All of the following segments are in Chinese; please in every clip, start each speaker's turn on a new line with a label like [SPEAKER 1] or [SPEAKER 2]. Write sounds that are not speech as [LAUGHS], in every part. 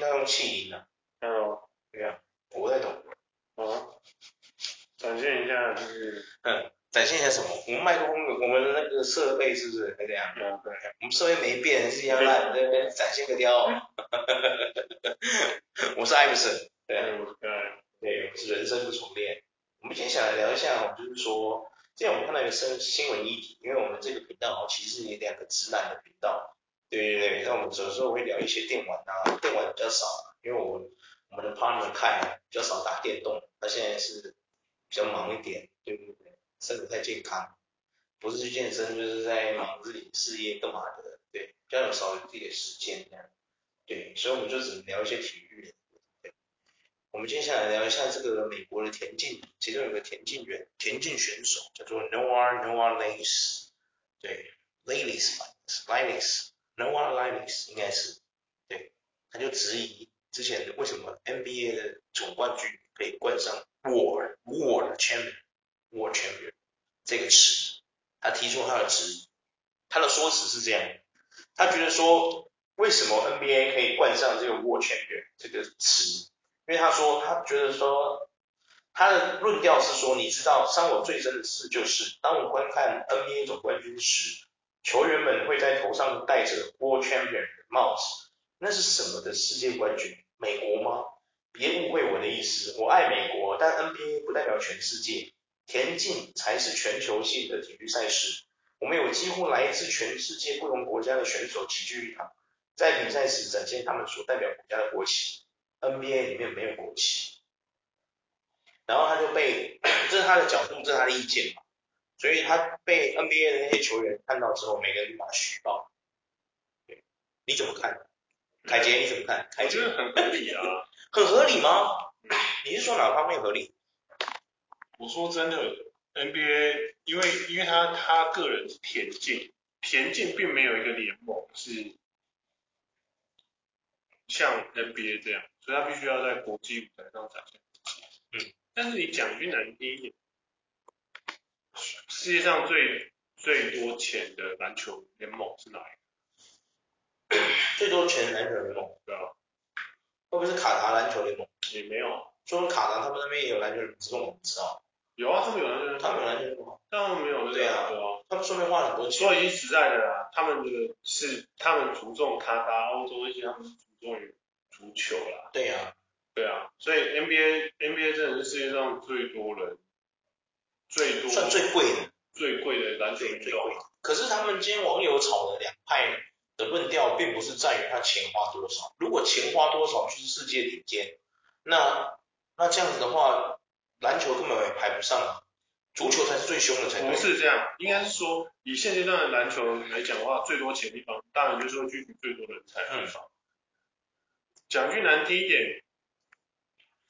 [SPEAKER 1] 要用气音的、
[SPEAKER 2] 还有
[SPEAKER 1] 对啊，我不太懂。
[SPEAKER 2] 啊，展现一下就是
[SPEAKER 1] 展现一下什么？我们麦克风，我们的那个设备是不是还这样？
[SPEAKER 2] 对啊对啊，
[SPEAKER 1] 我们设备没变，是一样烂，在那边展现个雕。 [LAUGHS] 我是艾弗森，对啊，
[SPEAKER 2] 我对，
[SPEAKER 1] 对，我是人生不重练。我们今天想来聊一下哦，就是说，之前我们看到一个新新闻议题，因为我们这个频道哦，其实是两个直男的频道，对对对，那我们有时候会聊一些电玩啊，电玩比较少，因为我我们的 partner 看比较少打电动，他现在是比较忙一点，对对对，身体不太健康，不是去健身就是在忙自己事业干嘛的，对，比较有少自己的时间这样，对，所以我们就只能聊一些体育的。我们接下来聊一下这个美国的田径，其中有个田径员、田径选手叫做 Noah Noah Lyles，对，Lyles 吧，Lyles Noah Lyles 应该是，对，他就质疑之前为什么 NBA 的总冠军可以冠上 War War Champion War Champion 这个词，他提出他的质疑，他的说辞是这样，他觉得说为什么 NBA 可以冠上这个 War Champion 这个词？因为他说他觉得说他的论调是说，你知道伤我最深的事就是，当我观看 NBA 总冠军时，球员们会在头上戴着 World Champion 的帽子，那是什么的世界冠军？美国吗？别误会我的意思，我爱美国，但 NBA 不代表全世界，田径才是全球性的体育赛事。我们有几乎来自全世界不同国家的选手齐聚一堂，在比赛时展现他们所代表国家的国旗。NBA 里面没有国旗，然后他就被， [CLEARS THROAT] 这是他的角度，这是他的意见嘛，所以他被 NBA 的那些球员看到之后，每个人就把他虚报。对你怎么看？凯杰你怎么看？凯
[SPEAKER 2] 我
[SPEAKER 1] 杰
[SPEAKER 2] 觉得哎很合理啊。
[SPEAKER 1] 很合理吗？ [CLEARS THROAT] 你是说哪方面合理？
[SPEAKER 2] 我说真的，NBA，因为因为他他个人是田径，田径并没有一个联盟是像 NBA 这样，所以他必须要在国际舞台上展现自己。
[SPEAKER 1] 嗯，
[SPEAKER 2] 但是你讲句难听一点，世界上最最多钱的篮球联盟是哪一
[SPEAKER 1] 最多全篮球联盟，
[SPEAKER 2] 个？对吧？
[SPEAKER 1] 会不会是卡达篮球联盟？
[SPEAKER 2] 也没有啊，
[SPEAKER 1] 说卡达他们那边也有篮球联盟，只是我们不知道，
[SPEAKER 2] 有啊，他们有篮球联
[SPEAKER 1] 他们有篮球
[SPEAKER 2] 盟，
[SPEAKER 1] 联盟，
[SPEAKER 2] 但他们没有那个
[SPEAKER 1] 对啊
[SPEAKER 2] 对啊。
[SPEAKER 1] 他们顺便花了很多钱。
[SPEAKER 2] 说一句实在的啦，他们的是他们注重卡达欧洲一些，他们注重于足球啦，
[SPEAKER 1] 对呀、
[SPEAKER 2] 对啊，所以 NBA NBA 真的是世界上最多人、最多
[SPEAKER 1] 算最贵的。
[SPEAKER 2] 最贵的篮球
[SPEAKER 1] 对
[SPEAKER 2] 运
[SPEAKER 1] 最
[SPEAKER 2] 动
[SPEAKER 1] 贵。可是他们今天网友吵的两派的论调，并不是在于他钱花多少。如果钱花多少去世界顶尖，那那这样子的话，篮球根本也排不上啊，足球才是最凶的才
[SPEAKER 2] 不
[SPEAKER 1] 对。
[SPEAKER 2] 是这样，应该是说以现阶段的篮球来讲的话，最多钱的地方，当然就是会聚集最多人才的地方。讲句难听一点，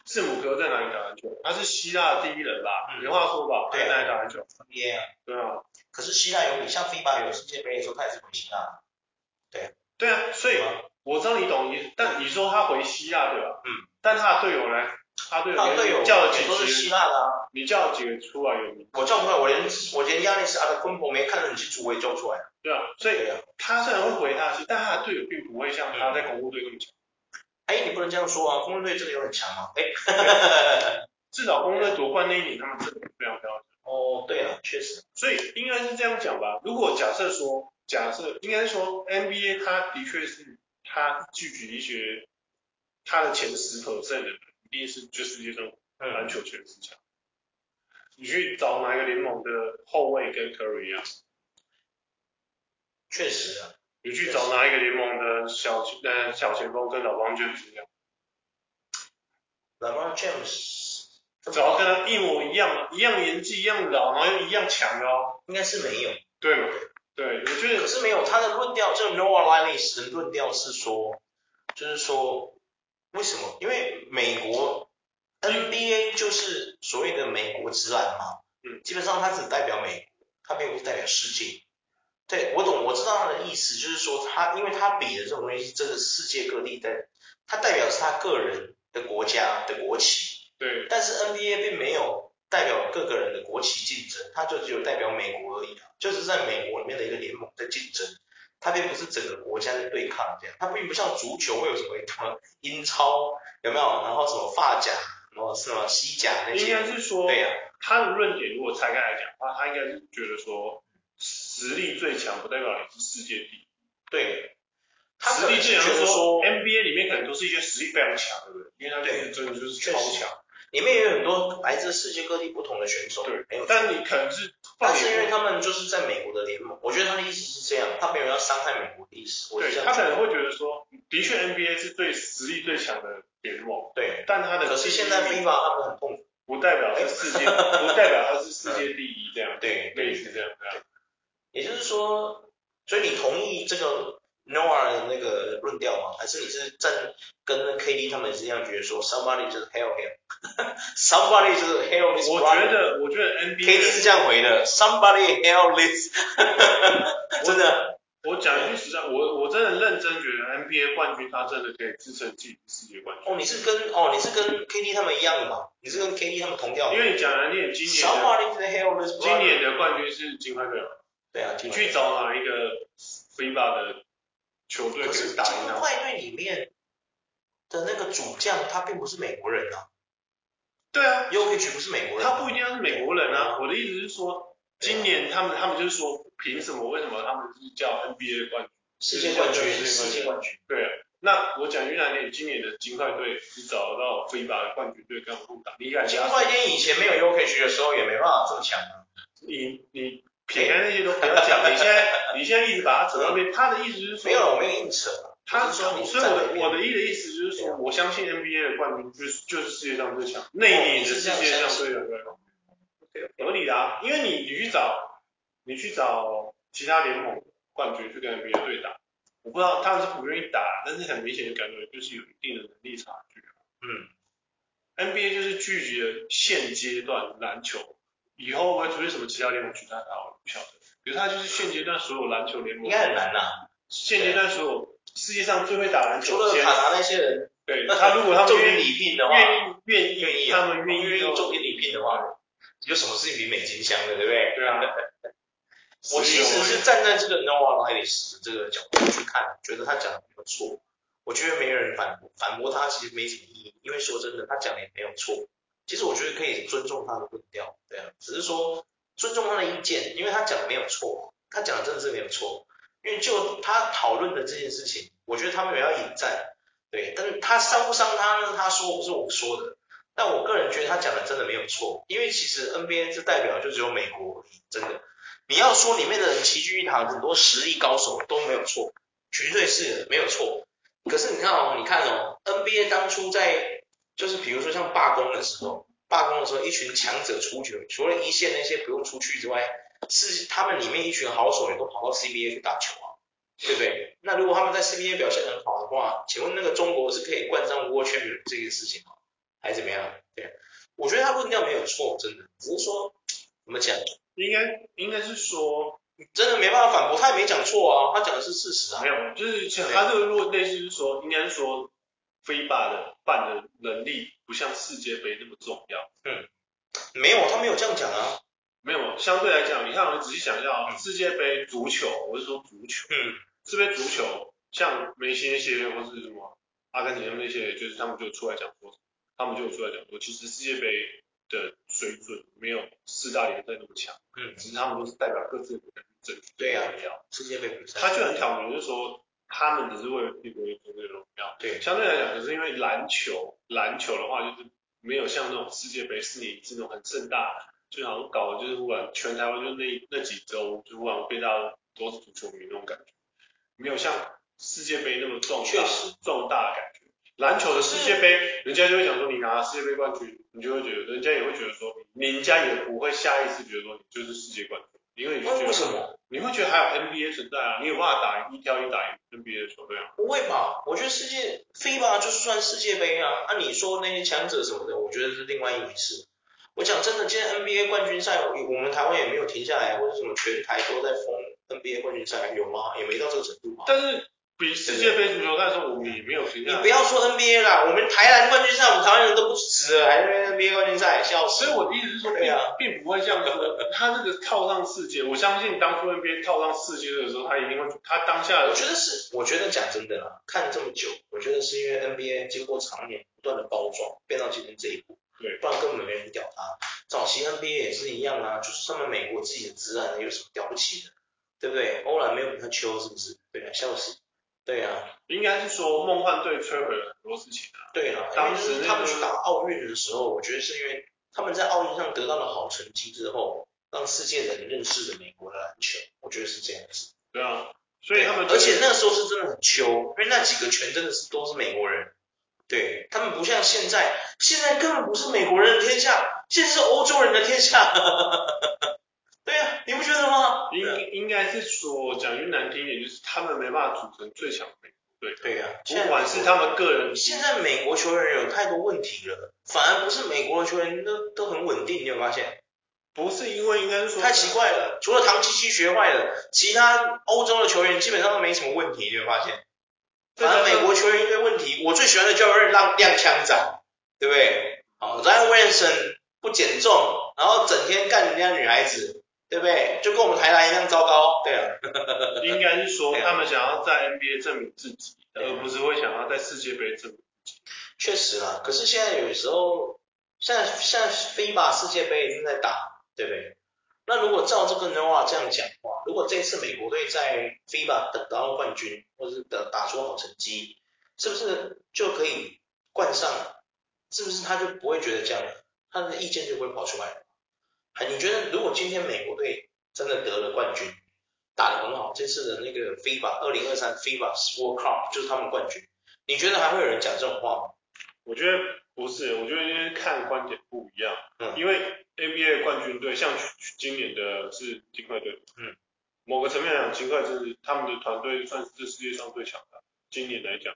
[SPEAKER 2] 字母哥在哪里打篮球？他是希腊第一人吧？
[SPEAKER 1] 嗯
[SPEAKER 2] 没话说吧？他在
[SPEAKER 1] 对啊
[SPEAKER 2] 哪里打篮球？
[SPEAKER 1] NBA 啊，
[SPEAKER 2] 对啊。
[SPEAKER 1] 可是希腊有你像 FIBA 有世界杯的时候，他也是回啊希腊，
[SPEAKER 2] 对啊，所以我知道你懂你，但你说他回希腊对吧？
[SPEAKER 1] 嗯。
[SPEAKER 2] 但他的队友呢？他队友
[SPEAKER 1] 他队友
[SPEAKER 2] 你叫了几
[SPEAKER 1] 也都是希
[SPEAKER 2] 个？
[SPEAKER 1] 腊的啊。
[SPEAKER 2] 你叫了几个出来有名？
[SPEAKER 1] 我叫不出来，我连我连亚历斯阿德昆博没看得很清楚，我也叫不出来。
[SPEAKER 2] 对啊，所以
[SPEAKER 1] 对啊，
[SPEAKER 2] 他虽然会回他是，但他的队友并不会像他在公路队那么强。
[SPEAKER 1] 哎，你不能这样说啊，公路队这个也很强
[SPEAKER 2] [LAUGHS]
[SPEAKER 1] 啊。哎，
[SPEAKER 2] 至少公路队夺冠那一年，他们真的非常非常强。
[SPEAKER 1] 哦，对啊，确实，
[SPEAKER 2] 所以应该是这样讲吧。如果假设说，假设应该说 NBA 它的确是它聚集一些它的前十 percent 的人，一定是就世界上篮
[SPEAKER 1] 嗯，
[SPEAKER 2] 球全是强。你去找哪个联盟的后卫跟 Curry 啊？
[SPEAKER 1] 确实啊。
[SPEAKER 2] 你去找哪一个联盟的小呃小前锋跟老帮卷一样？
[SPEAKER 1] LeBron James，
[SPEAKER 2] 只要跟他一模一样，一样年纪、一样老，然后又一样强的哦，
[SPEAKER 1] 应该是没有，
[SPEAKER 2] 对吗？对，我觉
[SPEAKER 1] 可
[SPEAKER 2] 得
[SPEAKER 1] 是没有他的论调，这个 Noah Lyles 的论调是说，就是说为什么？因为美国 NBA 就是所谓的美国之篮嘛，
[SPEAKER 2] 嗯，
[SPEAKER 1] 基本上他只代表美国，他并不是代表世界。对，我懂，我知道他的意思，就是说他，因为他比的这种东西，真的世界各地的，他代表是他个人的国家的国旗，
[SPEAKER 2] 对
[SPEAKER 1] 但是 NBA 并没有代表各个人的国旗竞争，它就只有代表美国而已啊，就是在美国里面的一个联盟在竞争。它并不是整个国家在对抗这样，它并不像足球会有什么什么英超有没有，然后什么发甲，然后什么西甲那
[SPEAKER 2] 应该
[SPEAKER 1] 些，
[SPEAKER 2] 是说，
[SPEAKER 1] 对呀、啊
[SPEAKER 2] 他的论点如果拆开来讲，他他应该是觉得说，实力最强不代表你是世界第一，
[SPEAKER 1] 对，他
[SPEAKER 2] 实
[SPEAKER 1] 可
[SPEAKER 2] 力
[SPEAKER 1] 能
[SPEAKER 2] 最
[SPEAKER 1] 是
[SPEAKER 2] 强
[SPEAKER 1] 觉
[SPEAKER 2] 是
[SPEAKER 1] 得
[SPEAKER 2] 说哎
[SPEAKER 1] 说
[SPEAKER 2] NBA 里面可能都是一些实力非常强的人，因为他们真的就是超强，
[SPEAKER 1] 里面也有很多来自世界各地不同的选手，没有
[SPEAKER 2] 对，，但你可能是放
[SPEAKER 1] 但是因为
[SPEAKER 2] 眼
[SPEAKER 1] 他们就是在美国的联盟，我觉得他的意思是这样，他没有要伤害美国的意思，我是
[SPEAKER 2] 对
[SPEAKER 1] 这样
[SPEAKER 2] 他可
[SPEAKER 1] 觉得
[SPEAKER 2] 能会觉得说，的确 NBA 是最实力最强的联盟，
[SPEAKER 1] 对，
[SPEAKER 2] 但他的
[SPEAKER 1] 可是现在
[SPEAKER 2] 第一
[SPEAKER 1] FIFA
[SPEAKER 2] 名
[SPEAKER 1] 他们很痛苦，
[SPEAKER 2] 不代表是 [LAUGHS] 世界，不代表他是世界第一这样，
[SPEAKER 1] 对
[SPEAKER 2] 类似这样啊这样，
[SPEAKER 1] 也就是说，所以你同意这个 Noah 的那个论调吗？还是你是站跟 KD 他们是一样觉得说 somebody 就是 hail [LAUGHS] him，somebody 就是 hail his
[SPEAKER 2] 我
[SPEAKER 1] brother？
[SPEAKER 2] 觉得我觉得
[SPEAKER 1] KD
[SPEAKER 2] NBA
[SPEAKER 1] 是这样回的，somebody hail this，真的。
[SPEAKER 2] 我讲一句实在，我我真的认真觉得 NBA 冠军他真的可以支撑自己世界冠军，
[SPEAKER 1] 哦，你是跟哦，你是跟 KD 他们一样的嘛？你是跟 KD 他们同调的？
[SPEAKER 2] 因为你讲难听，今年的
[SPEAKER 1] somebody the hell is
[SPEAKER 2] 今年的冠军是金块队嘛，
[SPEAKER 1] 对啊，
[SPEAKER 2] 你去找哪一个 FIBA 的球队
[SPEAKER 1] 可
[SPEAKER 2] 可
[SPEAKER 1] 是
[SPEAKER 2] 以
[SPEAKER 1] 金
[SPEAKER 2] 打赢他们？
[SPEAKER 1] 块队里面的那个主将他并不是美国人啊
[SPEAKER 2] 对啊，
[SPEAKER 1] ，Yokic 不是美国人啊，
[SPEAKER 2] 他不一定要是美国人啊。我的意思是说，今年他们他们就是说，凭什么？为什么他们是叫 NBA 冠军？
[SPEAKER 1] 世界冠军，
[SPEAKER 2] 世
[SPEAKER 1] 世
[SPEAKER 2] 界
[SPEAKER 1] 界冠军，
[SPEAKER 2] 对啊，那我讲句难听，今年的金块队，你找到 FIBA 的冠军队跟我们互打，你敢
[SPEAKER 1] 金
[SPEAKER 2] 加
[SPEAKER 1] 块队以前没有 Yokic 的时候也没办法这么强啊，
[SPEAKER 2] 你你撇开那些都不要讲，你现在你现在一直把它扯到边，他的意思是说，
[SPEAKER 1] 没有了，我没有硬扯啊，
[SPEAKER 2] 他
[SPEAKER 1] 我是说你
[SPEAKER 2] 所以
[SPEAKER 1] 站
[SPEAKER 2] 我
[SPEAKER 1] 哪
[SPEAKER 2] 的
[SPEAKER 1] 边
[SPEAKER 2] 我的意的意思就是
[SPEAKER 1] 对
[SPEAKER 2] 说，
[SPEAKER 1] 啊
[SPEAKER 2] 我相信 NBA 的冠军就是就是世界上最
[SPEAKER 1] 哦
[SPEAKER 2] 强，那一年的世界上最强的，
[SPEAKER 1] 对
[SPEAKER 2] 合理的啊，因为你你去找你去找其他联盟冠军去跟 NBA 对打，我不知道他们是不愿意打，但是很明显就感觉就是有一定的能力差距啊。
[SPEAKER 1] 嗯
[SPEAKER 2] NBA 就是聚集了现阶段篮球，以后会不会出现什么其他联盟取代它，我不晓得。可是它就是现阶段所有篮球联
[SPEAKER 1] 应
[SPEAKER 2] 盟，
[SPEAKER 1] 该很难呐，
[SPEAKER 2] 现阶段所有世界上最会打篮
[SPEAKER 1] 除
[SPEAKER 2] 球
[SPEAKER 1] 了
[SPEAKER 2] 的
[SPEAKER 1] 卡
[SPEAKER 2] 先，
[SPEAKER 1] 达那些人
[SPEAKER 2] 对他如果他们
[SPEAKER 1] 重金
[SPEAKER 2] 愿意
[SPEAKER 1] 礼聘的话，
[SPEAKER 2] 愿意愿意
[SPEAKER 1] 愿意啊
[SPEAKER 2] 他们愿
[SPEAKER 1] 愿
[SPEAKER 2] 意
[SPEAKER 1] 意
[SPEAKER 2] 要
[SPEAKER 1] 重金礼聘的话，有什么事情比美金香的，对不对？
[SPEAKER 2] 对啊，
[SPEAKER 1] 我其实是站在这个 Noah Lyles 这个角度去看，觉得他讲的没有错。我觉得没有人反驳反驳他，其实没什么意义，因为说真的，他讲的也没有错。其实我觉得可以尊重他的论调，对啊，只是说尊重他的意见，因为他讲的没有错，他讲的真的是没有错。因为就他讨论的这件事情，我觉得他没有要引战，对，但是他伤不伤他呢？他说不是我说的，但我个人觉得他讲的真的没有错，因为其实 NBA 这代表就只有美国而已，真的。你要说里面的人齐聚一堂，很多实力高手都没有错，绝对是的没有错。可是你看哦，你看哦，NBA 当初在就是比如说像罢工的时候，罢工的时候，一群强者出局，除了一线那些不用出去之外，是他们里面一群好手也都跑到 CBA 去打球啊，对不对？那如果他们在 CBA 表现很好的话，请问那个中国是可以冠上 World Champion 这件事情吗？还是怎么样？对，我觉得他论调没有错，真的，只是说怎么讲？
[SPEAKER 2] 应该应该是说
[SPEAKER 1] 真的没办法反驳，他也没讲错啊，他讲的是事实啊
[SPEAKER 2] 没。有，就是他这个如果类似是说，应该是说 FIBA 的办的能力不像世界杯那么重要。
[SPEAKER 1] 没有，他没有这样讲啊。
[SPEAKER 2] 没有，相对来讲，你看，我仔细想一下啊、
[SPEAKER 1] 嗯
[SPEAKER 2] 世界杯足球，我是说足球，
[SPEAKER 1] 嗯，
[SPEAKER 2] 世界杯足球，像梅西那些或是什么阿根廷那些，就是他们就出来讲说，他们就出来讲说，其实世界杯的水准没有四大联赛那么强，
[SPEAKER 1] 嗯
[SPEAKER 2] 只是他们都是代表各自国家去争取
[SPEAKER 1] 对啊
[SPEAKER 2] 荣耀。
[SPEAKER 1] 世界杯比赛，
[SPEAKER 2] 他就很挑明，就是说他们只是为了自己国家争取荣耀。
[SPEAKER 1] 对
[SPEAKER 2] 相对来讲，可是因为篮球，篮球的话就是没有像那种世界杯四年一次那种很盛大，就好像搞的就是忽然全台湾就那那几周就忽然被大家都是足球迷那种感觉，没有像世界杯那么重
[SPEAKER 1] 确
[SPEAKER 2] 大
[SPEAKER 1] 实嗯
[SPEAKER 2] 重大的感觉。篮球的世界杯，人家就会讲说你拿了世界杯冠军，你就会觉得人家也会觉得说，人家也不会下意识觉得说你就是世界冠军，因为你就觉
[SPEAKER 1] 为
[SPEAKER 2] 得
[SPEAKER 1] 为什么？
[SPEAKER 2] 你会觉得还有 NBA 存在啊，你有办法打赢一挑一打赢 NBA 的球队啊。
[SPEAKER 1] 不会吧？我觉得世界非吧，就是算世界杯啊。按、你说那些强者什么的，我觉得是另外一回事。我讲真的，今天 NBA 冠军赛，我我们台湾也没有停下来，或者什么全台都在封 NBA 冠军赛，有吗？也没到这个程度吧。
[SPEAKER 2] 但是比世界杯足球赛的时候，我们也没有评
[SPEAKER 1] 你
[SPEAKER 2] 价
[SPEAKER 1] 不。要说 NBA 啦，我们台篮冠军赛，我们台湾人都不支持了，还在那边 NBA 冠军赛，笑死
[SPEAKER 2] 所以我的意思是说，
[SPEAKER 1] 对
[SPEAKER 2] 并、
[SPEAKER 1] 啊
[SPEAKER 2] 并不会像说他那个套上世界，我相信当初 NBA 套上世界的时候，他一定会，他当下
[SPEAKER 1] 我觉得是，我觉得讲真的啦，看这么久，我觉得是因为 NBA 经过常年不断的包装，变到今天这一步。
[SPEAKER 2] 对
[SPEAKER 1] 不然根本没人屌他。早期 NBA 也是一样啊，就是他们美国自己的自然有什么了不起的，对不对？欧篮没有比他球是不是？对啊，笑死。对啊，
[SPEAKER 2] 应该是说梦幻队摧毁了很多事情啊。
[SPEAKER 1] 对啊。
[SPEAKER 2] 当时
[SPEAKER 1] 因为他们去打奥运的时候，我觉得是因为他们在奥运上得到了好成绩之后，让世界人认识了美国的篮球，我觉得是这样子。
[SPEAKER 2] 对啊，所以他们
[SPEAKER 1] 而且那时候是真的很秋，因为那几个全真的是都是美国人，对他们不像现在，现在根本不是美国人的天下，现在是欧洲人的天下。 [LAUGHS] 对呀、啊，你不觉得吗？
[SPEAKER 2] 应应该是说讲句难听一点，就是他们没办法组成最强美国队。
[SPEAKER 1] 对呀、现在
[SPEAKER 2] 不管是他们个人，
[SPEAKER 1] 现在美国球员有太多问题了，反而不是美国的球员都都很稳定，你有没有发现？
[SPEAKER 2] 不是因为应该是说
[SPEAKER 1] 太奇怪了，除了唐七七学坏了，其他欧洲的球员基本上都没什么问题，你有没有发现？
[SPEAKER 2] 再加
[SPEAKER 1] 反
[SPEAKER 2] 上
[SPEAKER 1] 正美国球员一堆问题，我最喜欢的教练让亮枪仔，对不对？好，Zion Williamson 不减重，然后整天干人家女孩子，对不对？就跟我们台南一样糟糕，对啊，
[SPEAKER 2] 应该是说
[SPEAKER 1] 对啊
[SPEAKER 2] 他们想要在 NBA 证明自己，
[SPEAKER 1] 对啊
[SPEAKER 2] 而不是会想要在世界杯证明。
[SPEAKER 1] 确实啦。可是现在有时候，现在现在 FIBA 世界杯已经在打，对不对？那如果照这个 Noah 这样讲的话，如果这次美国队在 FIBA 得到冠军，或者是得打出好成绩，是不是就可以冠上了？是不是他就不会觉得这样了？他的意见就不会跑出来了？啊，你觉得如果今天美国队真的得了冠军，打得很好，这次的那个 FIBA 二零二三 FIBA World Cup 就是他们冠军，你觉得还会有人讲这种话吗？
[SPEAKER 2] 我觉得不是，我觉得因为看观点不一样。
[SPEAKER 1] 嗯
[SPEAKER 2] 因为 NBA 冠军队像今年的是金块队，
[SPEAKER 1] 嗯，
[SPEAKER 2] 某个层面来讲，金块是他们的团队算是这世界上最强的，今年来讲，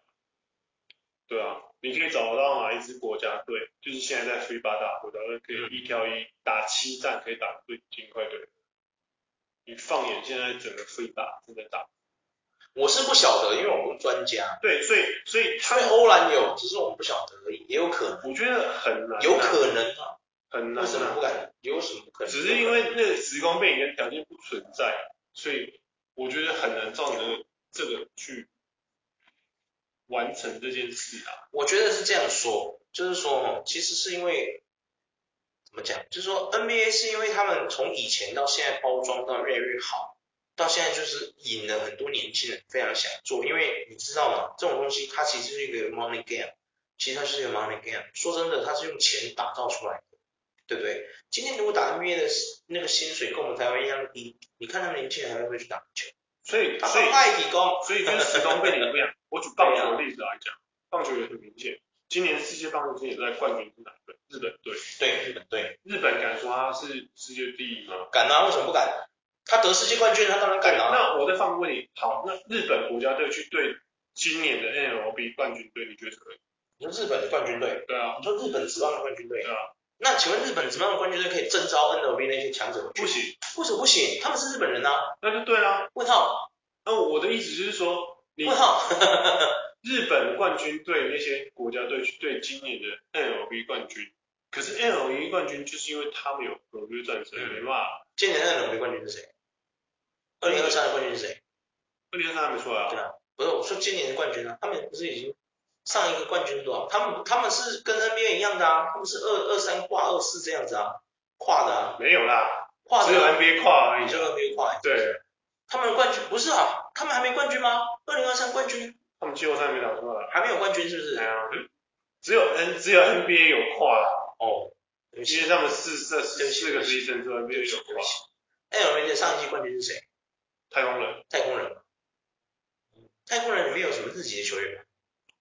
[SPEAKER 2] 对啊，你可以找到哪一支国家队，就是现在在 FIBA 打国家队可
[SPEAKER 1] 嗯
[SPEAKER 2] 以一挑一打七战可以打对金块队。你放眼现在整个 FIBA 正在打，
[SPEAKER 1] 我是不晓得，因为我不是专家。
[SPEAKER 2] 对，所以所以他
[SPEAKER 1] 他们欧篮有，只是我们不晓得而已，也有可能，
[SPEAKER 2] 我觉得很难啊，
[SPEAKER 1] 有可能啊，
[SPEAKER 2] 很难
[SPEAKER 1] 为什么
[SPEAKER 2] 啊
[SPEAKER 1] 不，敢？有什么不可能？
[SPEAKER 2] 只是因为那个时光背景跟条件不存在，啊所以我觉得很难照你的这个去完成这件事啊。
[SPEAKER 1] 我觉得是这样说，就是说哦，其实是因为怎么讲，就是说 NBA 是因为他们从以前到现在包装到越来越好，到现在就是引了很多年轻人非常想做，因为你知道吗？这种东西它其实是一个 money game，其实它是一个 money game。说真的，它是用钱打造出来的，对不对？今天如果打 NBA 的那个薪水跟我们台湾一样低，你看他们年轻人还会不会去打球？
[SPEAKER 2] 所以
[SPEAKER 1] 他
[SPEAKER 2] 所以
[SPEAKER 1] 们太提高，
[SPEAKER 2] 所以跟时光背景不一样。我举棒球的例子来讲，棒球也很明显，今年世界棒球经也在冠军是哪队？日本队。
[SPEAKER 1] [LAUGHS] 对对，
[SPEAKER 2] 日本敢说他是世界第一吗？
[SPEAKER 1] 敢啊？为什么不敢？他得世界冠军，他当然敢啊。
[SPEAKER 2] 那我再放个问题，好，那日本国家队去对今年的 NLB 冠军队，你觉得可以？
[SPEAKER 1] 你说日本的冠军队，
[SPEAKER 2] 对啊，
[SPEAKER 1] 你说日本职棒的冠军队，
[SPEAKER 2] 对啊，
[SPEAKER 1] 那请问日本职棒的冠军队可以征召 NLB 那些强者回去
[SPEAKER 2] 不
[SPEAKER 1] 吗？为
[SPEAKER 2] 行，
[SPEAKER 1] 什么不行？他们是日本人啊！
[SPEAKER 2] 那就对啊。
[SPEAKER 1] 问号，
[SPEAKER 2] 那我的意思就是说，你
[SPEAKER 1] 问号，
[SPEAKER 2] 日本冠军队那些国家队去对今年的 NLB 冠军，可是 NLB 冠军就是因为他们有合约战争，
[SPEAKER 1] 嗯
[SPEAKER 2] 没办法，
[SPEAKER 1] 今年的 NLB 冠军是谁？二零二三的冠军是谁？
[SPEAKER 2] 二零二三还没出来啊
[SPEAKER 1] 对。啊，不是我说今年的冠军啊，他们不是已经上一个冠军多少？他们他们是跟 NBA 一样的啊，他们是二二三跨二四这样子啊，跨的啊，
[SPEAKER 2] 没有啦，
[SPEAKER 1] 跨
[SPEAKER 2] 只有
[SPEAKER 1] 的
[SPEAKER 2] NBA 跨而
[SPEAKER 1] 啊，
[SPEAKER 2] 已
[SPEAKER 1] 你。就 NBA 跨欸，
[SPEAKER 2] 对，
[SPEAKER 1] 他们的冠军不是啊，他们还没冠军吗？二零二三冠军
[SPEAKER 2] 他们季后赛没打出来。
[SPEAKER 1] 还没有冠军是不
[SPEAKER 2] 对
[SPEAKER 1] 是？
[SPEAKER 2] 啊，只有 N 只有 NBA 有跨啦，
[SPEAKER 1] 哦，对不起
[SPEAKER 2] 因为他们四这
[SPEAKER 1] 对
[SPEAKER 2] 四
[SPEAKER 1] 不起
[SPEAKER 2] 四个职业生之外
[SPEAKER 1] 对
[SPEAKER 2] NBA
[SPEAKER 1] 不起
[SPEAKER 2] 有
[SPEAKER 1] 对不
[SPEAKER 2] 跨
[SPEAKER 1] 起。LV 哎的上一季冠军是谁？
[SPEAKER 2] 太空人，
[SPEAKER 1] 太空人。太空人里面有什么日籍的球员吗？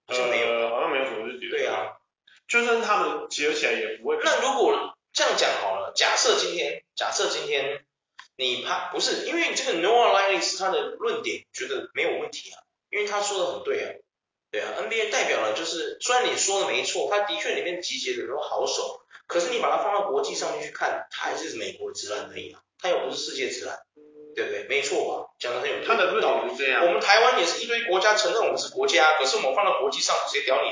[SPEAKER 1] 好像没有。
[SPEAKER 2] 呃，好像没有什么日籍。
[SPEAKER 1] 对，啊，
[SPEAKER 2] 就算他们结合起来也不会。
[SPEAKER 1] 那如果这样讲好了，假设今天，假设今天你怕不是，因为这个 Noah Linus 他的论点觉得没有问题啊，因为他说的很对啊，对啊，NBA 代表了就是虽然你说的没错，他的确里面集结的很多好手，可是你把它放到国际上面去看，他还是美国直男而已啊，他又不是世界直男。对不对？没错啊，讲的很有
[SPEAKER 2] 他的论
[SPEAKER 1] 道理。
[SPEAKER 2] 点是这样
[SPEAKER 1] 我，们台湾也是一堆国家承认我们是国家，可是我们放到国际上，谁屌你？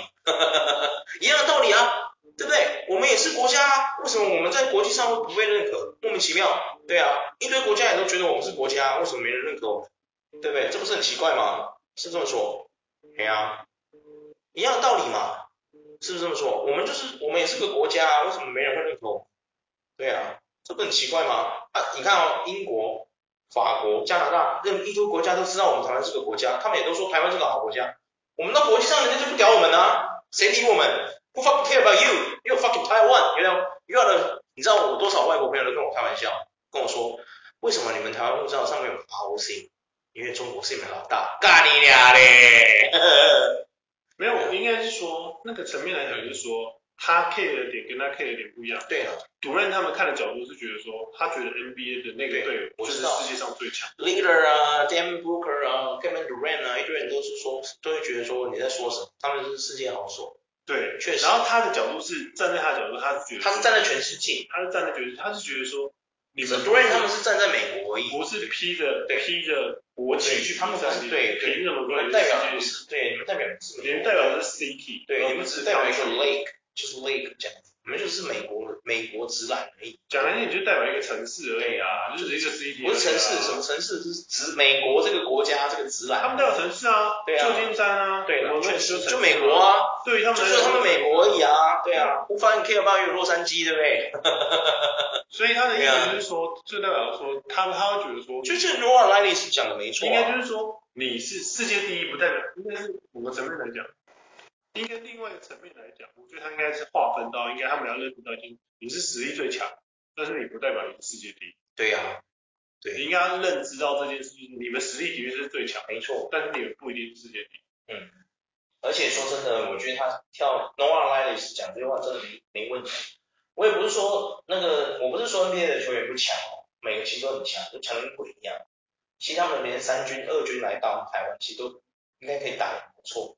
[SPEAKER 1] [LAUGHS] 一样的道理啊，对不对？我们也是国家啊，为什么我们在国际上会不被认可？莫名其妙，对啊，一堆国家也都觉得我们是国家，啊为什么没人认可我们？对不对？这不是很奇怪吗？是这么说，对啊，一样的道理嘛，是不是这么说？我们就是我们也是个国家啊，为什么没人会认可我们？对啊，这不很奇怪吗？啊，你看哦，英国法国、加拿大任一堆国家都知道我们台湾是个国家，他们也都说台湾是个好国家。我们到国际上，人家就不屌我们啊，谁理我们？Who fucking care about you? You fucking Taiwan, you know? You are the 你知道我多少外国朋友都跟我开玩笑，跟我说为什么你们台湾护照上面有 ROC？因为中国是你们老大，干你俩嘞！
[SPEAKER 2] 没有，应该是说那个层面来讲，就是说他 care 的点跟他 care 的点不一样。
[SPEAKER 1] 对啊
[SPEAKER 2] 主任他们看的角度是觉得说，他觉得 NBA 的那个队伍
[SPEAKER 1] 我
[SPEAKER 2] 就是
[SPEAKER 1] 知道
[SPEAKER 2] 世界上最强。
[SPEAKER 1] ，Leader 啊，Dan Booker 啊，Kevin Durant 啊，一堆人都是说，都会觉得说你在说什么，他们是世界好手，
[SPEAKER 2] 对，
[SPEAKER 1] 确实
[SPEAKER 2] 然后他的角度是站在他的角度，他是觉得
[SPEAKER 1] 他是站在全世界。
[SPEAKER 2] 他是站在觉得他是觉得说，你们
[SPEAKER 1] 很多人他们是站在美国而已，
[SPEAKER 2] 不是披着
[SPEAKER 1] 对
[SPEAKER 2] 披着国旗去
[SPEAKER 1] 他们不
[SPEAKER 2] 比赛
[SPEAKER 1] 是对对
[SPEAKER 2] 凭什么
[SPEAKER 1] 你
[SPEAKER 2] 说
[SPEAKER 1] 们
[SPEAKER 2] 你
[SPEAKER 1] 代表不
[SPEAKER 2] 们是世
[SPEAKER 1] 是对，你们代表不是
[SPEAKER 2] 界？你们
[SPEAKER 1] 美
[SPEAKER 2] 代
[SPEAKER 1] 国，
[SPEAKER 2] 表的是哦 City，
[SPEAKER 1] 对，你们只代表一个
[SPEAKER 2] 然后不是
[SPEAKER 1] lake，就是 lake 这样子，我们就是美国美国直揽而已，
[SPEAKER 2] 讲来你就代表一个城市而已啊，就是一个 City，
[SPEAKER 1] 不是城
[SPEAKER 2] 而已
[SPEAKER 1] 市
[SPEAKER 2] 啊
[SPEAKER 1] 什么城市，就是指美国这个国家这个直
[SPEAKER 2] 他
[SPEAKER 1] 揽。
[SPEAKER 2] 们代表城市啊，
[SPEAKER 1] 对啊
[SPEAKER 2] 旧金山啊，
[SPEAKER 1] 对啦，
[SPEAKER 2] 我们
[SPEAKER 1] 确
[SPEAKER 2] 就
[SPEAKER 1] 实
[SPEAKER 2] 城
[SPEAKER 1] 就美国，啊，
[SPEAKER 2] 对于他
[SPEAKER 1] 就
[SPEAKER 2] 们来
[SPEAKER 1] 是他
[SPEAKER 2] 说
[SPEAKER 1] 们美国而已啊，对啊，不翻 care about you 洛杉矶对不
[SPEAKER 2] 啊
[SPEAKER 1] 对？
[SPEAKER 2] 所以他的意
[SPEAKER 1] 对啊
[SPEAKER 2] 思就是说，就代表说他他会觉得说，
[SPEAKER 1] 就是 n o a l i l i s 讲的没错
[SPEAKER 2] 应该
[SPEAKER 1] 啊，
[SPEAKER 2] 就是说你是世界第一，不代表应该是某个层面来讲，应该另外一个层面来讲，我觉得他应该是划分到，应该他们要认识到，就是你是实力最强，但是你不代表你是世界第一，
[SPEAKER 1] 对啊，
[SPEAKER 2] 你
[SPEAKER 1] 对，
[SPEAKER 2] 应该要认知到这件事情，你们实力的确是最强，
[SPEAKER 1] 没错。
[SPEAKER 2] 但是你们不一定是世界第一。
[SPEAKER 1] 而且说真的，我觉得他跳 No One l i l i s 讲这句话真的没没问题。我也不是说那个，我不是说 NBA 的球员不强哦，每个其实都很强，都强跟鬼一样。其实他们连三军、二军来到台湾，其实都应该可以打得不错。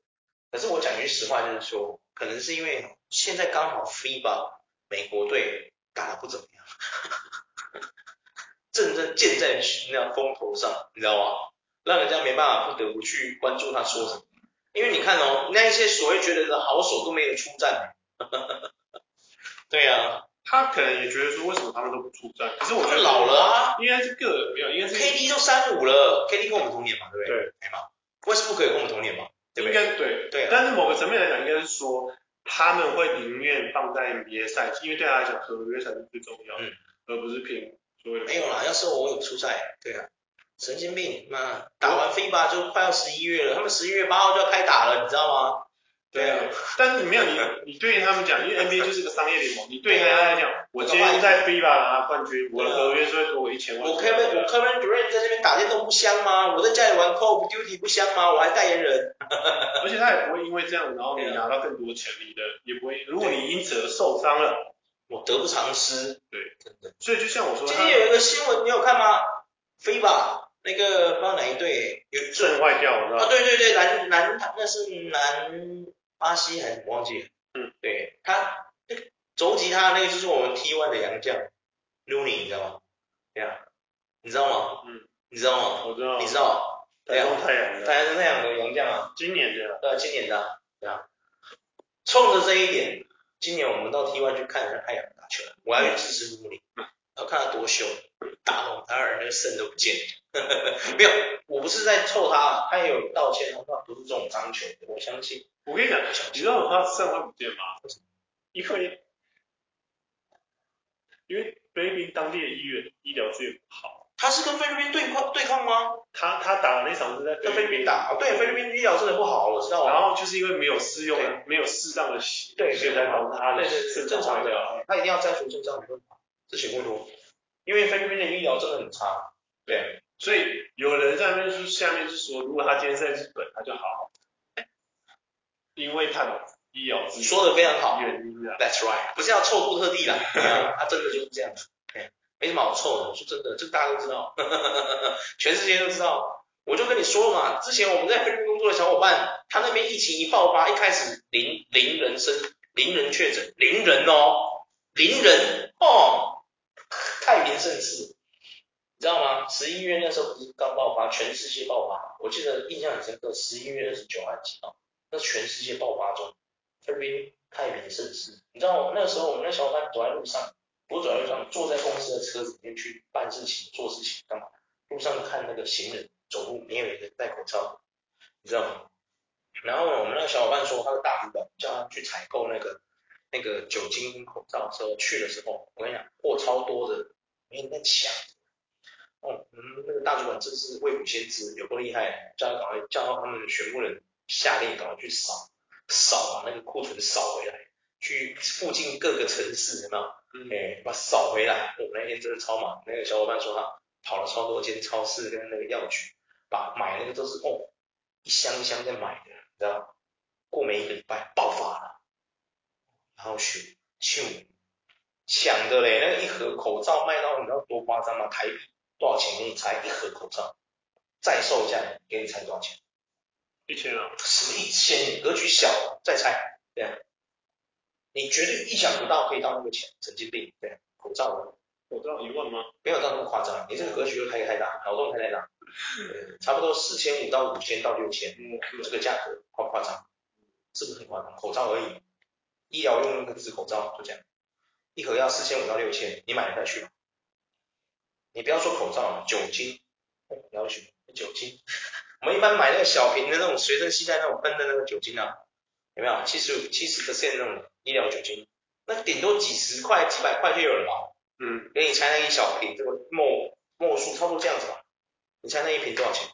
[SPEAKER 1] 可是我讲句实话，就是说，可能是因为现在刚好 FIBA 美国队打得不怎么样，正在箭在那风头上，你知道吗？让人家没办法不得不去关注他说什么。因为你看哦，那一些所谓觉得的好手都没有出战。 [LAUGHS] 对啊，
[SPEAKER 2] 他可能也觉得说，为什么他们都不出战？可是
[SPEAKER 1] 他
[SPEAKER 2] 我觉得
[SPEAKER 1] 们老了啊
[SPEAKER 2] 应该是个没有，应该是
[SPEAKER 1] ，KD 都三五了，KD 跟我们同年嘛，对不对？
[SPEAKER 2] 对，
[SPEAKER 1] 没嘛，Westbrook 也跟我们同年嘛，对不对？
[SPEAKER 2] 应该对。
[SPEAKER 1] 对啊，
[SPEAKER 2] 但是某个层面来讲，应该是说他们会宁愿放在 NBA 赛季，因为对他来讲，合约才是最重要的，
[SPEAKER 1] 嗯哎
[SPEAKER 2] 而不是拼所谓的
[SPEAKER 1] 没有啦，要是我有出赛，对啊，神经病，妈，打完 FIBA 就快要十一月了，他们十一月八号就要开打了，你知道吗？
[SPEAKER 2] 对啊，但是没有你，你对于他们讲，因为 NBA 就是个商业联盟，你对于他来讲，
[SPEAKER 1] 啊
[SPEAKER 2] 我今天在 FIBA 拿冠军，我的合约是会给我一千万。
[SPEAKER 1] 我 Kevin 我 Kevin Durant 在这边打电动不香吗？我在家里玩 Call of Duty 不香吗？我还代言人，啊
[SPEAKER 2] 而且他也不会因为这样，然后你拿到更多钱，你的也不会，如果你因此而受伤了，
[SPEAKER 1] 我得不偿失。
[SPEAKER 2] 对，
[SPEAKER 1] 真的。
[SPEAKER 2] 所以就像我说，
[SPEAKER 1] 今
[SPEAKER 2] 他
[SPEAKER 1] 天有一个新闻，你有看吗？飞吧，那个不知道哪一队有
[SPEAKER 2] 肾坏掉，我知道
[SPEAKER 1] 啊，。对对对，南南那是南巴西还是我忘记了？
[SPEAKER 2] 嗯，
[SPEAKER 1] 对他那个肘击他的那个就是我们 T1 的洋将 l u n y 你知道吗？对啊，你知道吗？
[SPEAKER 2] 嗯，
[SPEAKER 1] 你知道吗？
[SPEAKER 2] 我知道
[SPEAKER 1] 哦你，知道？
[SPEAKER 2] 台中太
[SPEAKER 1] 台
[SPEAKER 2] 阳的，
[SPEAKER 1] 南是那两个洋将啊，
[SPEAKER 2] 今年的，
[SPEAKER 1] 对啊，今年的啊，对啊。冲着这一点，今年我们到 T1 去看人家太阳打球，我要去支持努力，要看他多凶，打到他儿那个肾都不见了。 [LAUGHS] 没有，我不是在臭他啊，他也有道歉，他说不是这种脏球，我相信，
[SPEAKER 2] 我跟你讲，
[SPEAKER 1] 我相
[SPEAKER 2] 你
[SPEAKER 1] 信。
[SPEAKER 2] 知道他肾会不见吗？因为因为菲律宾当地的医院医疗资源不好，
[SPEAKER 1] 他是跟菲律宾对抗对抗吗？
[SPEAKER 2] 他他打的那场是在
[SPEAKER 1] 跟菲
[SPEAKER 2] 菲律
[SPEAKER 1] 律
[SPEAKER 2] 宾
[SPEAKER 1] 宾打，哦对，菲律宾医疗真的不好，我知道
[SPEAKER 2] 然
[SPEAKER 1] 啊。
[SPEAKER 2] 后就是因为没有适用的、没有适当的洗，
[SPEAKER 1] 对
[SPEAKER 2] 所以才导致他的
[SPEAKER 1] 对对对，
[SPEAKER 2] 肾
[SPEAKER 1] 正常
[SPEAKER 2] 坏掉。
[SPEAKER 1] 的，他一定要摘除症状，没办法，这血过多，因为菲律宾的医疗真的很差。对啊，
[SPEAKER 2] 所以有人在那边说，下面是说，如果他今天在日本，他就好好，因为他的医疗
[SPEAKER 1] 你说的非常好。
[SPEAKER 2] 原因啊，
[SPEAKER 1] That's right，不是要臭杜特地啦，对啊他真的就是这样子，哎没什么好臭的。我说真的，这大家都知道， [LAUGHS] 全世界都知道。我就跟你说嘛，之前我们在菲律宾工作的小伙伴，他那边疫情一爆发，一开始零零人生，零人确诊，零人哦，零人哦，太名盛世，知道吗？十一月那时候不是刚爆发，全世界爆发，我记得印象很深刻，十一月二十九还是几号，那全世界爆发中，菲律宾太平盛世，你知道那时候我们那小伙伴走在路上，我走在路上，坐在公司的车子里面去办事情、做事情干嘛？路上看那个行人走路，没有一个戴口罩，你知道吗？然后我们那个小伙伴说，他的大主管叫他去采购那个那个酒精跟口罩的时候，去的时候，我跟你讲，货超多的，没人在抢。哦，嗯，那个大主管真是未卜先知，有够厉害，叫他赶快叫他们全部人下令赶快去扫，扫把那个库存扫回来，去附近各个城市有没有？
[SPEAKER 2] 嗯
[SPEAKER 1] 哎、把它扫回来。我那天真的超忙，那个小伙伴说他跑了超多间超市跟那个药局，把买那个都是哦，一箱一箱在买的，你知道吗？过没一个礼拜爆发了，然后咻咻抢的嘞，那个一盒口罩卖到你知道多夸张吗？台币多少钱给你猜一盒口罩？再售价给你猜多少钱？
[SPEAKER 2] 一千啊，
[SPEAKER 1] 什么一千？格局小，再猜，对啊，你绝对意想不到可以到那个钱，神经病，对啊、口罩的
[SPEAKER 2] 口罩一万吗？
[SPEAKER 1] 没有到那么夸张，你这个格局又开太大，脑洞开太大，对差不多四千五到五千到六千，
[SPEAKER 2] 嗯，
[SPEAKER 1] 这个价格夸不夸张？是不是很夸张？口罩而已，医疗用那个纸口罩就这样，一盒要四千五到六千，你买得下去吗？你不要说口罩了，酒精，哎你要去酒精， [LAUGHS] 我们一般买那个小瓶的那种随身携带那种喷的那个酒精啊，有没有？七十五、七十 percent 那种医疗酒精，那顶多几十块、几百块就有了吧？
[SPEAKER 2] 嗯，
[SPEAKER 1] 哎给你猜那一小瓶，这个墨墨数差不多这样子吧。你猜那一瓶多少钱？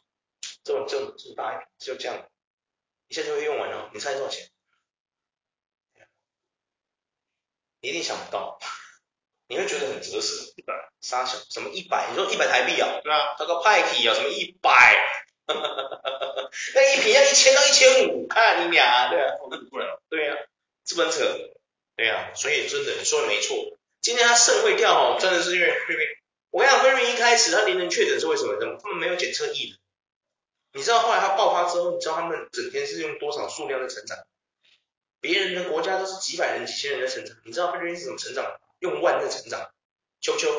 [SPEAKER 1] 这种这种这么大一瓶，就这样，一下就会用完了。你猜多少钱？你一定想不到，你会觉得很折舌。
[SPEAKER 2] 一百，
[SPEAKER 1] 傻小，什么一百？你说一百台币啊？
[SPEAKER 2] 对啊，
[SPEAKER 1] 他个派体啊，什么一百？ [LAUGHS] 那一瓶要一千到一千五，看你俩对啊。
[SPEAKER 2] 好贵啊，
[SPEAKER 1] 对呀、资本扯，对呀、所以真的你说的没错。今天他肾会掉哦，真的是因为菲律宾。我跟你讲，菲律宾一开始他零人确诊是为什么？他们没有检测异能。你知道后来他爆发之后，你知道他们整天是用多少数量在成长？别人的国家都是几百人、几千人在成长，你知道菲律宾是怎么成长？用万在成长。球球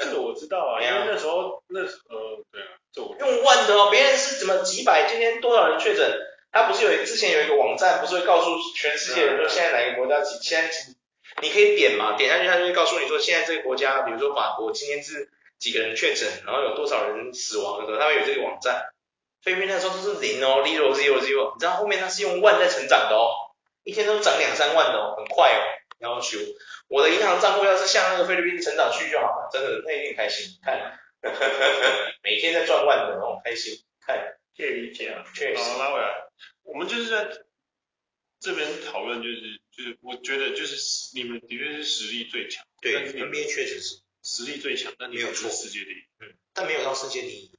[SPEAKER 2] 这个我知道啊，
[SPEAKER 1] 对
[SPEAKER 2] 因
[SPEAKER 1] 啊
[SPEAKER 2] 为那时候那时呃，对啊，这我
[SPEAKER 1] 用万的哦，别人是怎么几百，今天多少人确诊？他不是有之前有一个网站，不是会告诉全世界人说现在哪个国家几，现在几，你可以点嘛，点下去他就会告诉你说现在这个国家，比如说法国今天是几个人确诊，然后有多少人死亡的，他们有这个网站。菲律宾那时候都是零哦，zero zero zero，你知道后面它是用万在成长的哦，一天都涨两三万的哦，很快哦。要求我的银行账户要是像那个菲律宾成长区就好了，真的那一定开心，看， [LAUGHS] 每天在赚万的哦，开心，看，
[SPEAKER 2] 可以理解啊。
[SPEAKER 1] 确实。
[SPEAKER 2] 好，拉回来，我们就是在这边讨论，就是就是我觉得就是你们的确是实力最强，
[SPEAKER 1] 对
[SPEAKER 2] 但是你们
[SPEAKER 1] ，NBA 确实是，
[SPEAKER 2] 实力最强，但你们不是世界第一，
[SPEAKER 1] 但没有到世界第一。